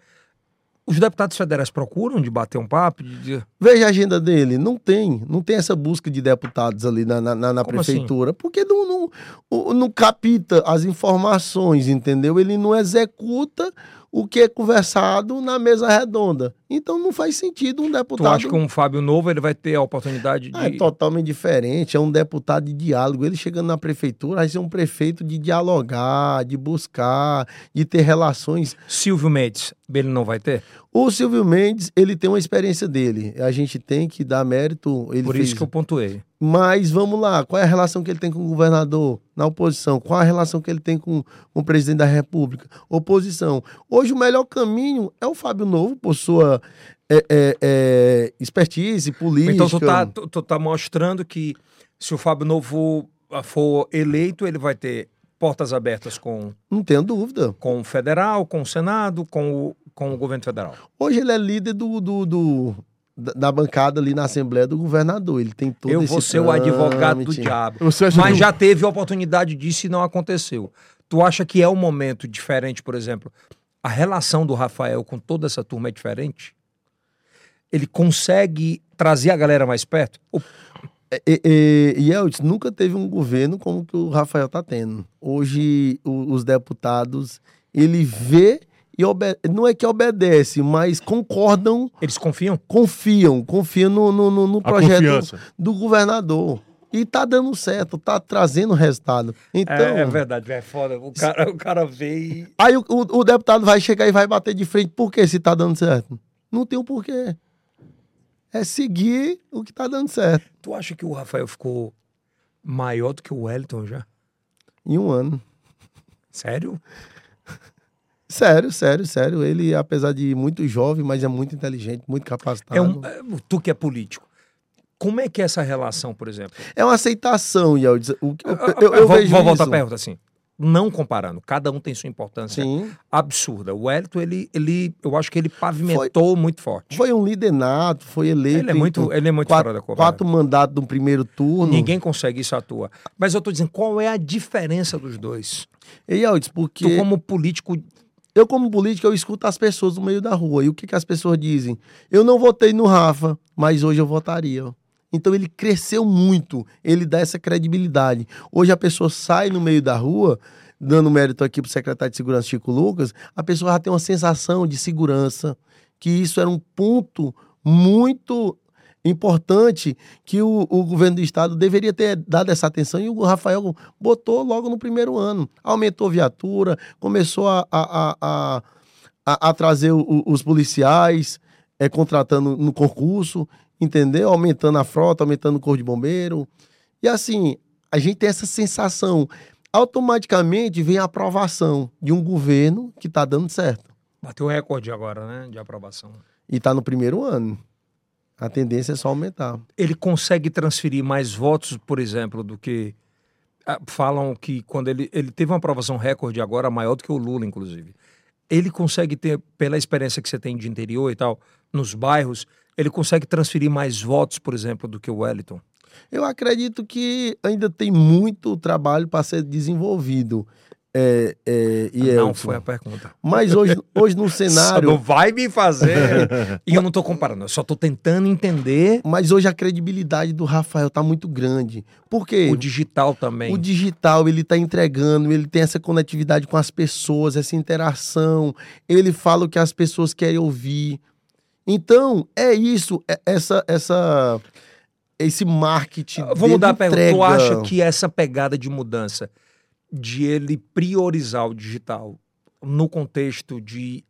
Speaker 1: Os deputados federais procuram de bater um papo, de, de-
Speaker 3: Veja a agenda dele. Não tem. Não tem essa busca de deputados ali na, na, na- na
Speaker 1: Como assim?
Speaker 3: prefeitura. Porque não, não, o- não capta as informações, entendeu? Ele não executa o que é conversado na mesa redonda. Então não faz sentido um
Speaker 1: Tu
Speaker 3: deputado.
Speaker 1: acha que um Fábio Novo ele vai ter a oportunidade de.
Speaker 3: Ah, É totalmente diferente, é um deputado de diálogo. Ele chegando na prefeitura, vai ser um prefeito de dialogar, de buscar, de ter relações.
Speaker 1: Silvio Mendes, ele não vai ter?
Speaker 3: O Silvio Mendes, ele tem uma experiência dele. A gente tem que dar mérito. Ele
Speaker 1: Por
Speaker 3: fez-
Speaker 1: isso que eu pontuei.
Speaker 3: Mas vamos lá, qual é a relação que ele tem com o governador na oposição? Qual a relação que ele tem com, com o presidente da República? Oposição. Hoje o melhor caminho é o Fábio Novo, por sua é, é, é, expertise política.
Speaker 1: Então tu tá, tu, tu tá mostrando que se o Fábio Novo ah, for eleito, ele vai ter portas abertas com,
Speaker 3: Não tenho dúvida.
Speaker 1: com o federal, com o Senado, com o, com o governo federal.
Speaker 3: Hoje ele é líder do, do- do- da, da bancada ali na Assembleia do governador. Ele tem todo
Speaker 1: eu
Speaker 3: esse
Speaker 1: vou ser o advogado do
Speaker 3: trâmite.
Speaker 1: diabo.
Speaker 2: Você acha
Speaker 1: Mas
Speaker 2: que-
Speaker 1: já teve oportunidade disso e não aconteceu. Tu acha que é um momento diferente, por exemplo, a relação do Rafael com toda essa turma é diferente? Ele consegue trazer a galera mais perto? O-
Speaker 3: E, e, e Eltz, nunca teve um governo como o tá que o Rafael está tendo. Hoje o- os deputados, ele vê e obe- não é que obedecem, mas concordam,
Speaker 1: Eles confiam?
Speaker 3: confiam, confiam no, no, no- no
Speaker 2: A
Speaker 3: projeto
Speaker 2: confiança.
Speaker 3: do governador. E tá dando certo, tá trazendo resultado. Então,
Speaker 1: é, é verdade, é foda. O cara, o cara vê e.
Speaker 3: aí o, o- o deputado vai chegar e vai bater de frente. Por que se tá dando certo? Não tem um porquê. É seguir o que tá dando certo.
Speaker 1: Tu acha que o Rafael ficou maior do que o Wellington já?
Speaker 3: Em um ano.
Speaker 1: Sério?
Speaker 3: Sério, sério, sério. Ele, apesar de muito jovem, mas é muito inteligente, muito capacitado.
Speaker 1: É um, é, tu que é político. Como é que é essa relação, por exemplo? Ah,
Speaker 3: É uma aceitação, Yeldes. O que- Eu, eu, eu,
Speaker 1: vou,
Speaker 3: vejo
Speaker 1: vou voltar à
Speaker 3: isso.
Speaker 1: pergunta assim. Não comparando, cada um tem sua importância
Speaker 3: Sim.
Speaker 1: absurda. O Wellington, ele, ele, eu acho que ele pavimentou muito forte.
Speaker 3: Foi um líder nato, foi eleito.
Speaker 1: Ele é muito,
Speaker 3: em
Speaker 1: ele é muito
Speaker 3: quatro,
Speaker 1: fora da curva.
Speaker 3: quatro mandatos no primeiro turno.
Speaker 1: Ninguém consegue isso à toa. Mas eu tô dizendo, qual é a diferença dos dois?
Speaker 3: E Yeldes,
Speaker 1: Tu,
Speaker 3: porque
Speaker 1: como político,
Speaker 3: eu, como político, eu escuto as pessoas no meio da rua. E o que, que as pessoas dizem? Eu não votei no Rafa, mas hoje eu votaria. Então ele cresceu muito, ele dá essa credibilidade. Hoje a pessoa sai no meio da rua, dando mérito aqui pro secretário de Segurança Chico Lucas, a pessoa já tem uma sensação de segurança, que isso era um ponto muito importante que o, o governo do estado deveria ter dado essa atenção e o Rafael botou logo no primeiro ano. Aumentou viatura, começou a, a, a, a- a- a trazer o- o- os policiais, é, contratando no concurso, entendeu? Aumentando a frota, aumentando o corpo de bombeiro. E assim, a gente tem essa sensação. Automaticamente vem a aprovação de um governo que está dando certo
Speaker 1: bateu o recorde agora, né, de aprovação.
Speaker 3: e está no primeiro ano. A tendência é só aumentar.
Speaker 1: Ele consegue transferir mais votos, por exemplo, do que... ah, Falam que quando ele, ele teve uma aprovação recorde agora, maior do que o Lula, inclusive. Ele consegue ter, pela experiência que você tem de interior e tal, nos bairros, ele consegue transferir mais votos, por exemplo, do que o Wellington.
Speaker 3: Eu acredito que ainda tem muito trabalho para ser desenvolvido. É, é, e
Speaker 1: Não
Speaker 3: Elton.
Speaker 1: foi a pergunta.
Speaker 3: Mas hoje, hoje no cenário.
Speaker 1: Só não vai me fazer. e eu não tô comparando, eu só tô tentando entender
Speaker 3: Mas hoje a credibilidade do Rafael tá muito grande. Por quê?
Speaker 1: o digital também.
Speaker 3: O digital, ele tá entregando, ele tem essa conectividade com as pessoas, essa interação, ele fala o que as pessoas querem ouvir. Então, é isso, é- essa essa esse marketing
Speaker 1: Vou mudar Ah, a
Speaker 3: dele
Speaker 1: pergunta. Tu
Speaker 3: entrega.
Speaker 1: acha que essa pegada de mudança, de ele priorizar o digital no contexto de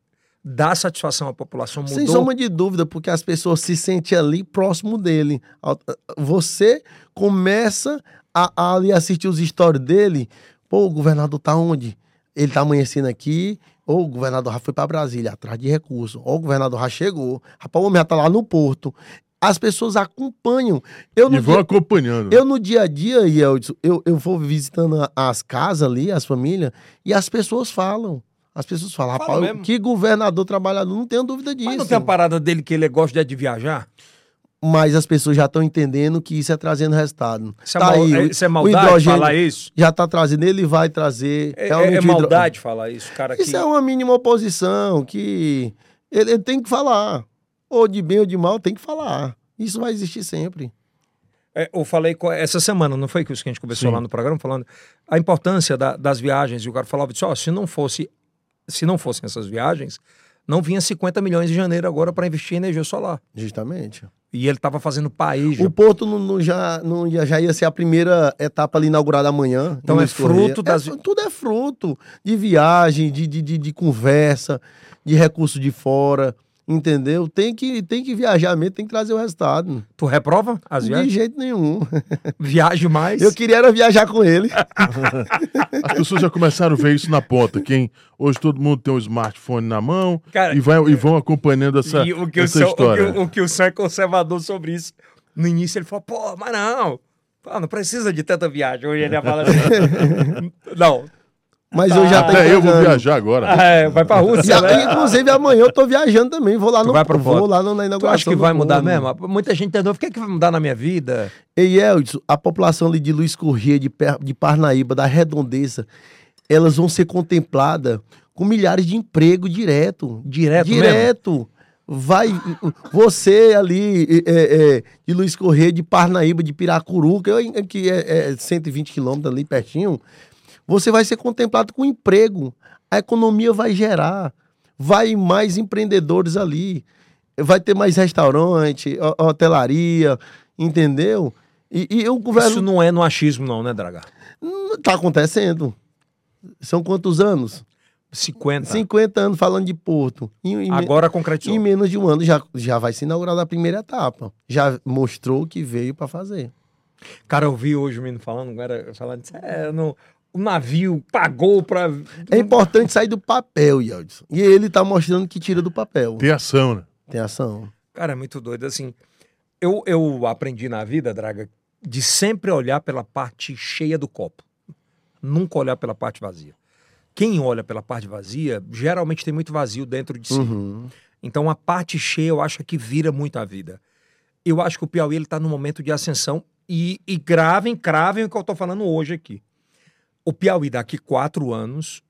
Speaker 1: dar satisfação à população,
Speaker 3: Sem
Speaker 1: mudou?
Speaker 3: sombra de dúvida, porque as pessoas se sentem ali próximo dele. Ao- Você começa a, a ali assistir os stories dele. Pô, o governador tá onde? Ele tá amanhecendo aqui. Ou o governador já foi para Brasília, atrás de recurso. Ou o governador já chegou. Rapaz, o homem já tá lá no porto. As pessoas acompanham. Eu
Speaker 2: E
Speaker 3: não
Speaker 2: vão acompanhando.
Speaker 3: eu no dia a dia, Yeldson, eu, eu vou visitando a- as casas ali, as famílias, e as pessoas falam. As pessoas falam,
Speaker 1: Fala
Speaker 3: rapaz,
Speaker 1: mesmo.
Speaker 3: que governador trabalhador, não tenho dúvida disso.
Speaker 1: Mas não tem a parada dele que ele gosta de viajar?
Speaker 3: Mas as pessoas já estão entendendo que isso é trazendo resultado.
Speaker 1: Isso é,
Speaker 3: Tá
Speaker 1: mal-
Speaker 3: aí,
Speaker 1: é-
Speaker 3: o-
Speaker 1: isso é
Speaker 3: o
Speaker 1: maldade
Speaker 3: hidrogênio
Speaker 1: falar isso?
Speaker 3: Já está trazendo, ele vai trazer.
Speaker 1: É, é- é
Speaker 3: realmente o um hidro-
Speaker 1: maldade falar isso, cara.
Speaker 3: Isso
Speaker 1: que-
Speaker 3: é uma mínima oposição que ele, ele tem que falar. Ou de bem ou de mal, tem que falar. Isso vai existir sempre.
Speaker 1: É, eu falei co- essa semana, não foi que isso que a gente conversou
Speaker 2: Sim.
Speaker 1: lá no programa, falando a importância da- das viagens. E o cara falava disso, ó, se não fosse, se não fossem essas viagens, não vinha 50 milhões em janeiro agora para investir em energia solar.
Speaker 3: Justamente.
Speaker 1: E ele estava fazendo país.
Speaker 3: O Porto não, não já, não já, já ia ser a primeira etapa ali inaugurada amanhã.
Speaker 1: Então
Speaker 3: em
Speaker 1: é
Speaker 3: Luiz Correia.
Speaker 1: fruto das-
Speaker 3: É, tudo é fruto de viagem, de, de, de, de conversa, de recurso de fora, entendeu? Tem que, tem que viajar mesmo, tem que trazer o resultado.
Speaker 1: Tu reprova as
Speaker 3: De
Speaker 1: viagens?
Speaker 3: jeito nenhum.
Speaker 1: Viaje mais.
Speaker 3: Eu queria era viajar com ele.
Speaker 2: As pessoas já começaram a ver isso na ponta. Quem hoje todo mundo tem um smartphone na mão
Speaker 1: Cara, é.
Speaker 2: e, vai, e vão acompanhando essa,
Speaker 1: E o que, o,
Speaker 2: essa
Speaker 1: Sam, o, que,
Speaker 2: é história.
Speaker 1: o- o que o Sam é conservador sobre isso. No início ele falou, pô, mas não. pô, não precisa de tanta viagem. Hoje ele fala assim. não.
Speaker 3: Mas eu já tô
Speaker 2: Até eu vou
Speaker 3: entregando.
Speaker 2: viajar agora.
Speaker 1: Ah, é, vai pra
Speaker 3: E
Speaker 1: Rússia,
Speaker 3: aí,
Speaker 1: né?
Speaker 3: inclusive, amanhã eu tô viajando também. Vou lá
Speaker 1: Tu
Speaker 3: no
Speaker 1: vai pro
Speaker 3: vou
Speaker 1: Porto.
Speaker 3: lá no, na
Speaker 1: Tu
Speaker 3: inauguração.
Speaker 1: acha que
Speaker 3: do
Speaker 1: vai mudar
Speaker 3: Porto.
Speaker 1: mesmo? Muita gente entendeu. O que é que vai mudar na minha vida?
Speaker 3: Ei, Eldson, a população ali de Luiz Corrêa, de, Per- de Parnaíba, da Redondeza, elas vão ser contempladas com milhares de emprego direto.
Speaker 1: Direto mesmo?
Speaker 3: Direto. Vai, você ali, é, é, de Luiz Corrêa, de Parnaíba, de Piracuruca, eu- que é, é 120 quilômetros ali pertinho, você vai ser contemplado com emprego. A economia vai gerar. vai mais empreendedores ali. Vai ter mais restaurante, ho- hotelaria, entendeu? E, e eu converso.
Speaker 1: Isso não é no achismo, não, né, Draga?
Speaker 3: Hum, Tá acontecendo. São quantos anos?
Speaker 1: 50.
Speaker 3: 50 anos falando de Porto. Em, em,
Speaker 1: Tá. Agora
Speaker 3: em
Speaker 1: concretizou.
Speaker 3: menos de um ano já, já vai se inaugurar a primeira etapa. Já mostrou que veio para fazer.
Speaker 1: Cara, eu vi hoje o menino falando, era falando, disse, é, não, o navio pagou pra.
Speaker 3: É importante sair do papel, Yeldson. E ele tá mostrando que tira do papel.
Speaker 2: Tem ação, né?
Speaker 3: Tem ação.
Speaker 1: Cara, é muito doido. Assim, eu, eu aprendi na vida, Draga, de sempre olhar pela parte cheia do copo. Nunca olhar pela parte vazia. Quem olha pela parte vazia, geralmente tem muito vazio dentro de si.
Speaker 3: Uhum.
Speaker 1: Então a parte cheia eu acho que vira muito a vida. Eu acho que o Piauí ele está num momento de ascensão e, e gravem, cravem o que eu estou falando hoje aqui. O Piauí daqui quatro anos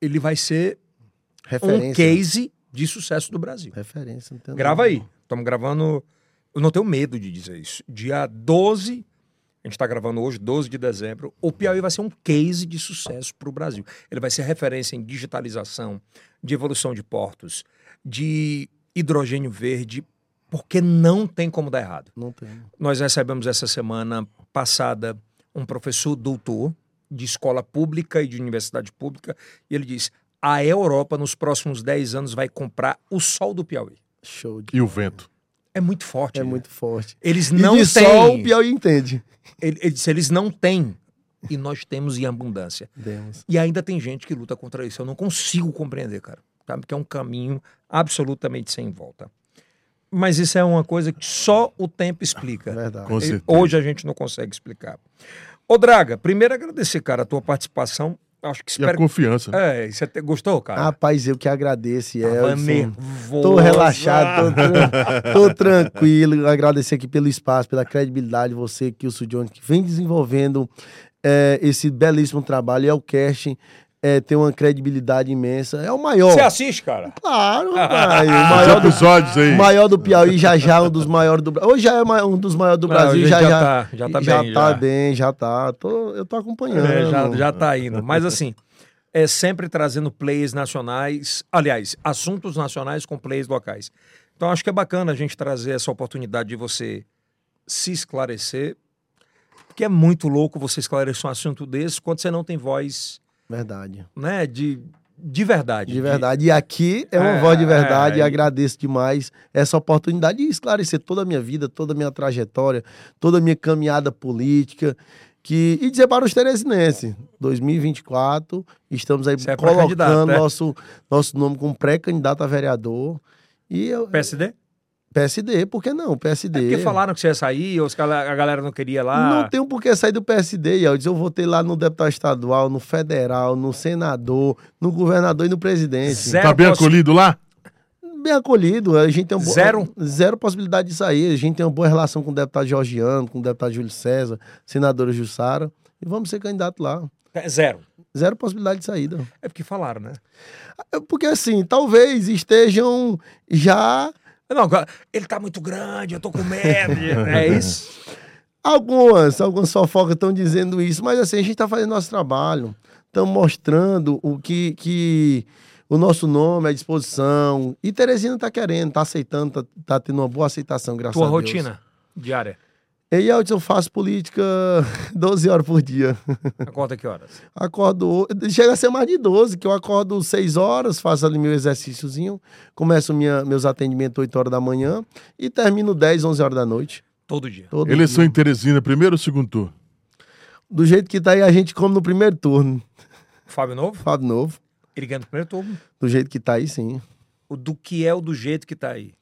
Speaker 1: ele vai ser um
Speaker 3: Referência. né?
Speaker 1: case de sucesso do Brasil.
Speaker 3: Referência. Não tem
Speaker 1: Então, Grava
Speaker 3: nada.
Speaker 1: aí. Estamos gravando. Eu não tenho medo de dizer isso. Dia 12, a gente está gravando hoje, 12 de dezembro. O Piauí vai ser um case de sucesso para o Brasil. Ele vai ser referência em digitalização, de evolução de portos, de hidrogênio verde, porque não tem como dar errado.
Speaker 3: Não tem.
Speaker 1: Nós recebemos essa semana passada um professor doutor de escola pública e de universidade pública, e ele diz: a Europa, nos próximos 10 anos, vai comprar o sol do Piauí.
Speaker 3: Show. De...
Speaker 2: E o vento.
Speaker 1: É muito forte.
Speaker 3: É
Speaker 1: né?
Speaker 3: muito forte.
Speaker 1: Eles não
Speaker 3: e de
Speaker 1: têm.
Speaker 3: sol, o Piauí entende.
Speaker 1: Ele, ele disse, eles não têm. E nós temos em abundância.
Speaker 3: Deus.
Speaker 1: E ainda tem gente que luta contra isso. Eu não consigo compreender, cara. Sabe? Que é um caminho absolutamente sem volta. Mas isso é uma coisa que só o tempo explica.
Speaker 3: Verdade.
Speaker 2: Com certeza.
Speaker 1: Hoje a gente não consegue explicar. Ô, Draga, primeiro agradecer, cara, a tua participação. Acho que
Speaker 2: E a
Speaker 1: espero.
Speaker 2: confiança. né?
Speaker 1: É, você te- gostou, cara?
Speaker 3: Rapaz, eu que agradeço,
Speaker 1: Tava
Speaker 3: Yeldson.
Speaker 1: nervoso.
Speaker 3: Tô relaxado, tô, tran- tô tranquilo. Agradecer aqui pelo espaço, pela credibilidade, você, Kilson Jones, que vem desenvolvendo é, esse belíssimo trabalho. E o casting é, tem uma credibilidade imensa. É o maior.
Speaker 1: Você assiste, cara?
Speaker 3: Claro, rapaz. O
Speaker 1: É,
Speaker 2: Os
Speaker 3: maior do,
Speaker 2: episódios aí.
Speaker 3: o maior do Piauí, já já um dos maiores do Brasil. Hoje já é ma- um dos maiores do
Speaker 1: Não,
Speaker 3: Brasil,
Speaker 1: a gente
Speaker 3: já já.
Speaker 1: tá, já tá bem.
Speaker 3: tá bem, já tá. Tô- eu tô acompanhando.
Speaker 1: É, já, já tá indo. Mas assim, é sempre trazendo plays nacionais, aliás, assuntos nacionais com plays locais. Então acho que é bacana a gente trazer essa oportunidade de você se esclarecer, porque é muito louco você esclarecer um assunto desse quando você não tem voz,
Speaker 3: Verdade.
Speaker 1: né, de, É de verdade.
Speaker 3: De verdade. E aqui é uma
Speaker 1: É,
Speaker 3: voz de verdade.
Speaker 1: é,
Speaker 3: e
Speaker 1: e-
Speaker 3: agradeço demais essa oportunidade de esclarecer toda a minha vida, toda a minha trajetória, toda a minha caminhada política. Que, e dizer para os teresinenses, 2024, estamos aí
Speaker 1: Você é pré-candidato,
Speaker 3: colocando
Speaker 1: né?
Speaker 3: nosso, nosso nome como pré-candidato a vereador. E eu,
Speaker 1: PSD? É
Speaker 3: PSD, por que não? PSD.
Speaker 1: porque falaram que você ia sair, ou os gal- a galera não queria lá.
Speaker 3: É. Não tem um porquê sair do PSD, Yaldis. Eu votei lá no deputado estadual, no federal, no senador, no governador e no presidente.
Speaker 1: Zero
Speaker 2: Tá bem
Speaker 1: possi-
Speaker 2: acolhido lá?
Speaker 3: Bem acolhido, a gente tem um bo-
Speaker 1: Zero?
Speaker 3: zero possibilidade de sair. A gente tem uma boa relação com o deputado Georgiano, com o deputado Júlio César, senadora Jussara. E vamos ser candidato lá.
Speaker 1: É Zero.
Speaker 3: Zero possibilidade de saída.
Speaker 1: É porque falaram, né?
Speaker 3: É Porque assim, talvez estejam já
Speaker 1: Não, ele tá muito grande, eu tô com medo. é isso?
Speaker 3: Algumas, algumas fofocas estão dizendo isso, mas assim, a gente está fazendo nosso trabalho, estamos mostrando o que, que o nosso nome é à disposição. E Teresina está querendo, está aceitando, está tendo uma boa aceitação, graças
Speaker 1: Tua
Speaker 3: a Deus.
Speaker 1: rotina diária.
Speaker 3: E Yeltsin, eu faço política 12 horas por dia.
Speaker 1: Acorda que horas?
Speaker 3: Acordo. Chega a ser mais de 12, que eu acordo 6 horas, faço ali meu exercíciozinho, começo minha, meus atendimentos 8 horas da manhã e termino 10, 11 horas da noite.
Speaker 1: Todo dia.
Speaker 3: Todo
Speaker 2: Eleição
Speaker 3: dia.
Speaker 2: em Teresina, primeiro ou segundo turno?
Speaker 3: Do jeito que tá aí, a gente come no primeiro turno.
Speaker 1: Fábio Novo,
Speaker 3: Fábio Novo.
Speaker 1: ele ganha no primeiro turno.
Speaker 3: Do jeito que tá aí, sim.
Speaker 1: O do que é o do jeito que tá aí.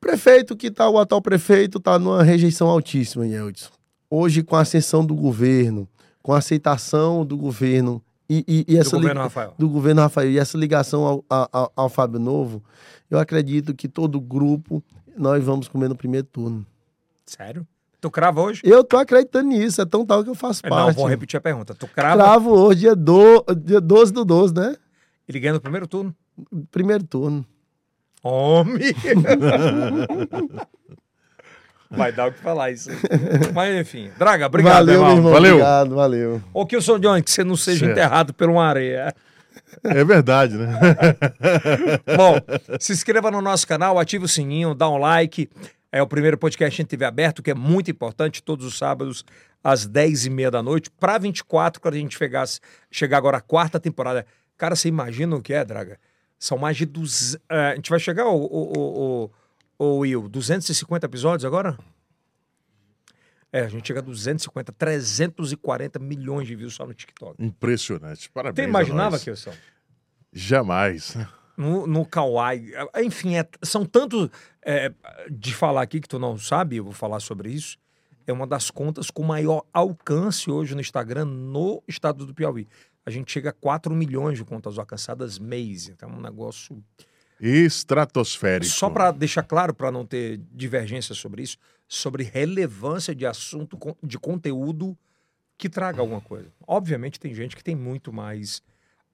Speaker 3: Prefeito que tá, o atual prefeito tá numa rejeição altíssima, Yeldson. Hoje, com a ascensão do governo, com a aceitação do governo e, e- e
Speaker 1: do
Speaker 3: essa
Speaker 1: governo
Speaker 3: li-
Speaker 1: Rafael.
Speaker 3: do governo Rafael e essa ligação ao, a- a- ao Fábio Novo, eu acredito que todo grupo nós vamos comer no primeiro turno.
Speaker 1: Sério? Tu crava hoje?
Speaker 3: Eu tô acreditando nisso, é tão tal que eu faço
Speaker 1: É, não,
Speaker 3: parte.
Speaker 1: vou repetir a pergunta. Tu crava,
Speaker 3: Cravo hoje, dia, do, dia 12 do 12, né?
Speaker 1: ele ganha no primeiro turno.
Speaker 3: Primeiro turno.
Speaker 1: Homem! Vai dar o que falar isso aí. Mas enfim. Draga, obrigado,
Speaker 3: valeu,
Speaker 1: irmão.
Speaker 3: meu irmão.
Speaker 2: Valeu.
Speaker 3: Obrigado, valeu.
Speaker 1: Ô, Kilson John, que você não seja
Speaker 2: Certo.
Speaker 1: enterrado por uma areia.
Speaker 2: É verdade, né?
Speaker 1: Bom, se inscreva no nosso canal, ative o sininho, dá um like. É o primeiro podcast em TV aberto, que é muito importante, todos os sábados às 10h30 da noite, para 24, quando a gente chegasse, chegar agora à quarta temporada. Cara, você imagina o que é, Draga? São mais de 200... a gente vai chegar, ô, ô, ô, ô, ô Will, 250 episódios agora? É, a gente chega a 250, 340 milhões de views só no TikTok.
Speaker 2: Impressionante. Parabéns. é
Speaker 1: Você
Speaker 2: a
Speaker 1: imaginava,
Speaker 2: nós.
Speaker 1: Kilson?
Speaker 2: Jamais.
Speaker 1: no, no Kawhi. Enfim, é- são tantos. é, de falar aqui que tu não sabe, eu vou falar sobre isso. É uma das contas com maior alcance hoje no Instagram no estado do Piauí. A gente chega a 4 milhões de contas alcançadas mês. Então é um negócio.
Speaker 2: Estratosférico.
Speaker 1: Só para deixar claro, para não ter divergência sobre isso, sobre relevância de assunto, con- de conteúdo que traga alguma coisa. Obviamente tem gente que tem muito mais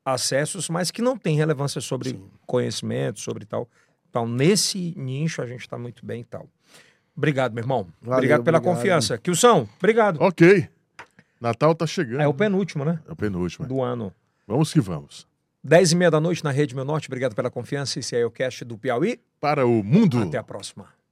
Speaker 1: acessos, mas que não tem relevância sobre conhecimento, sobre tal. Então, nesse nicho a gente está muito bem e tal. Obrigado, meu irmão.
Speaker 3: Valeu,
Speaker 1: obrigado pela
Speaker 3: obrigado.
Speaker 1: confiança. Kilson, obrigado.
Speaker 2: Ok. Natal tá chegando.
Speaker 1: É o penúltimo, né?
Speaker 2: É o penúltimo.
Speaker 1: Do ano.
Speaker 2: Vamos que vamos.
Speaker 1: 10 e meia da noite na Rede Meu Norte. Obrigado pela confiança. Esse é o cast do Piauí.
Speaker 2: Para o mundo.
Speaker 1: Até a próxima.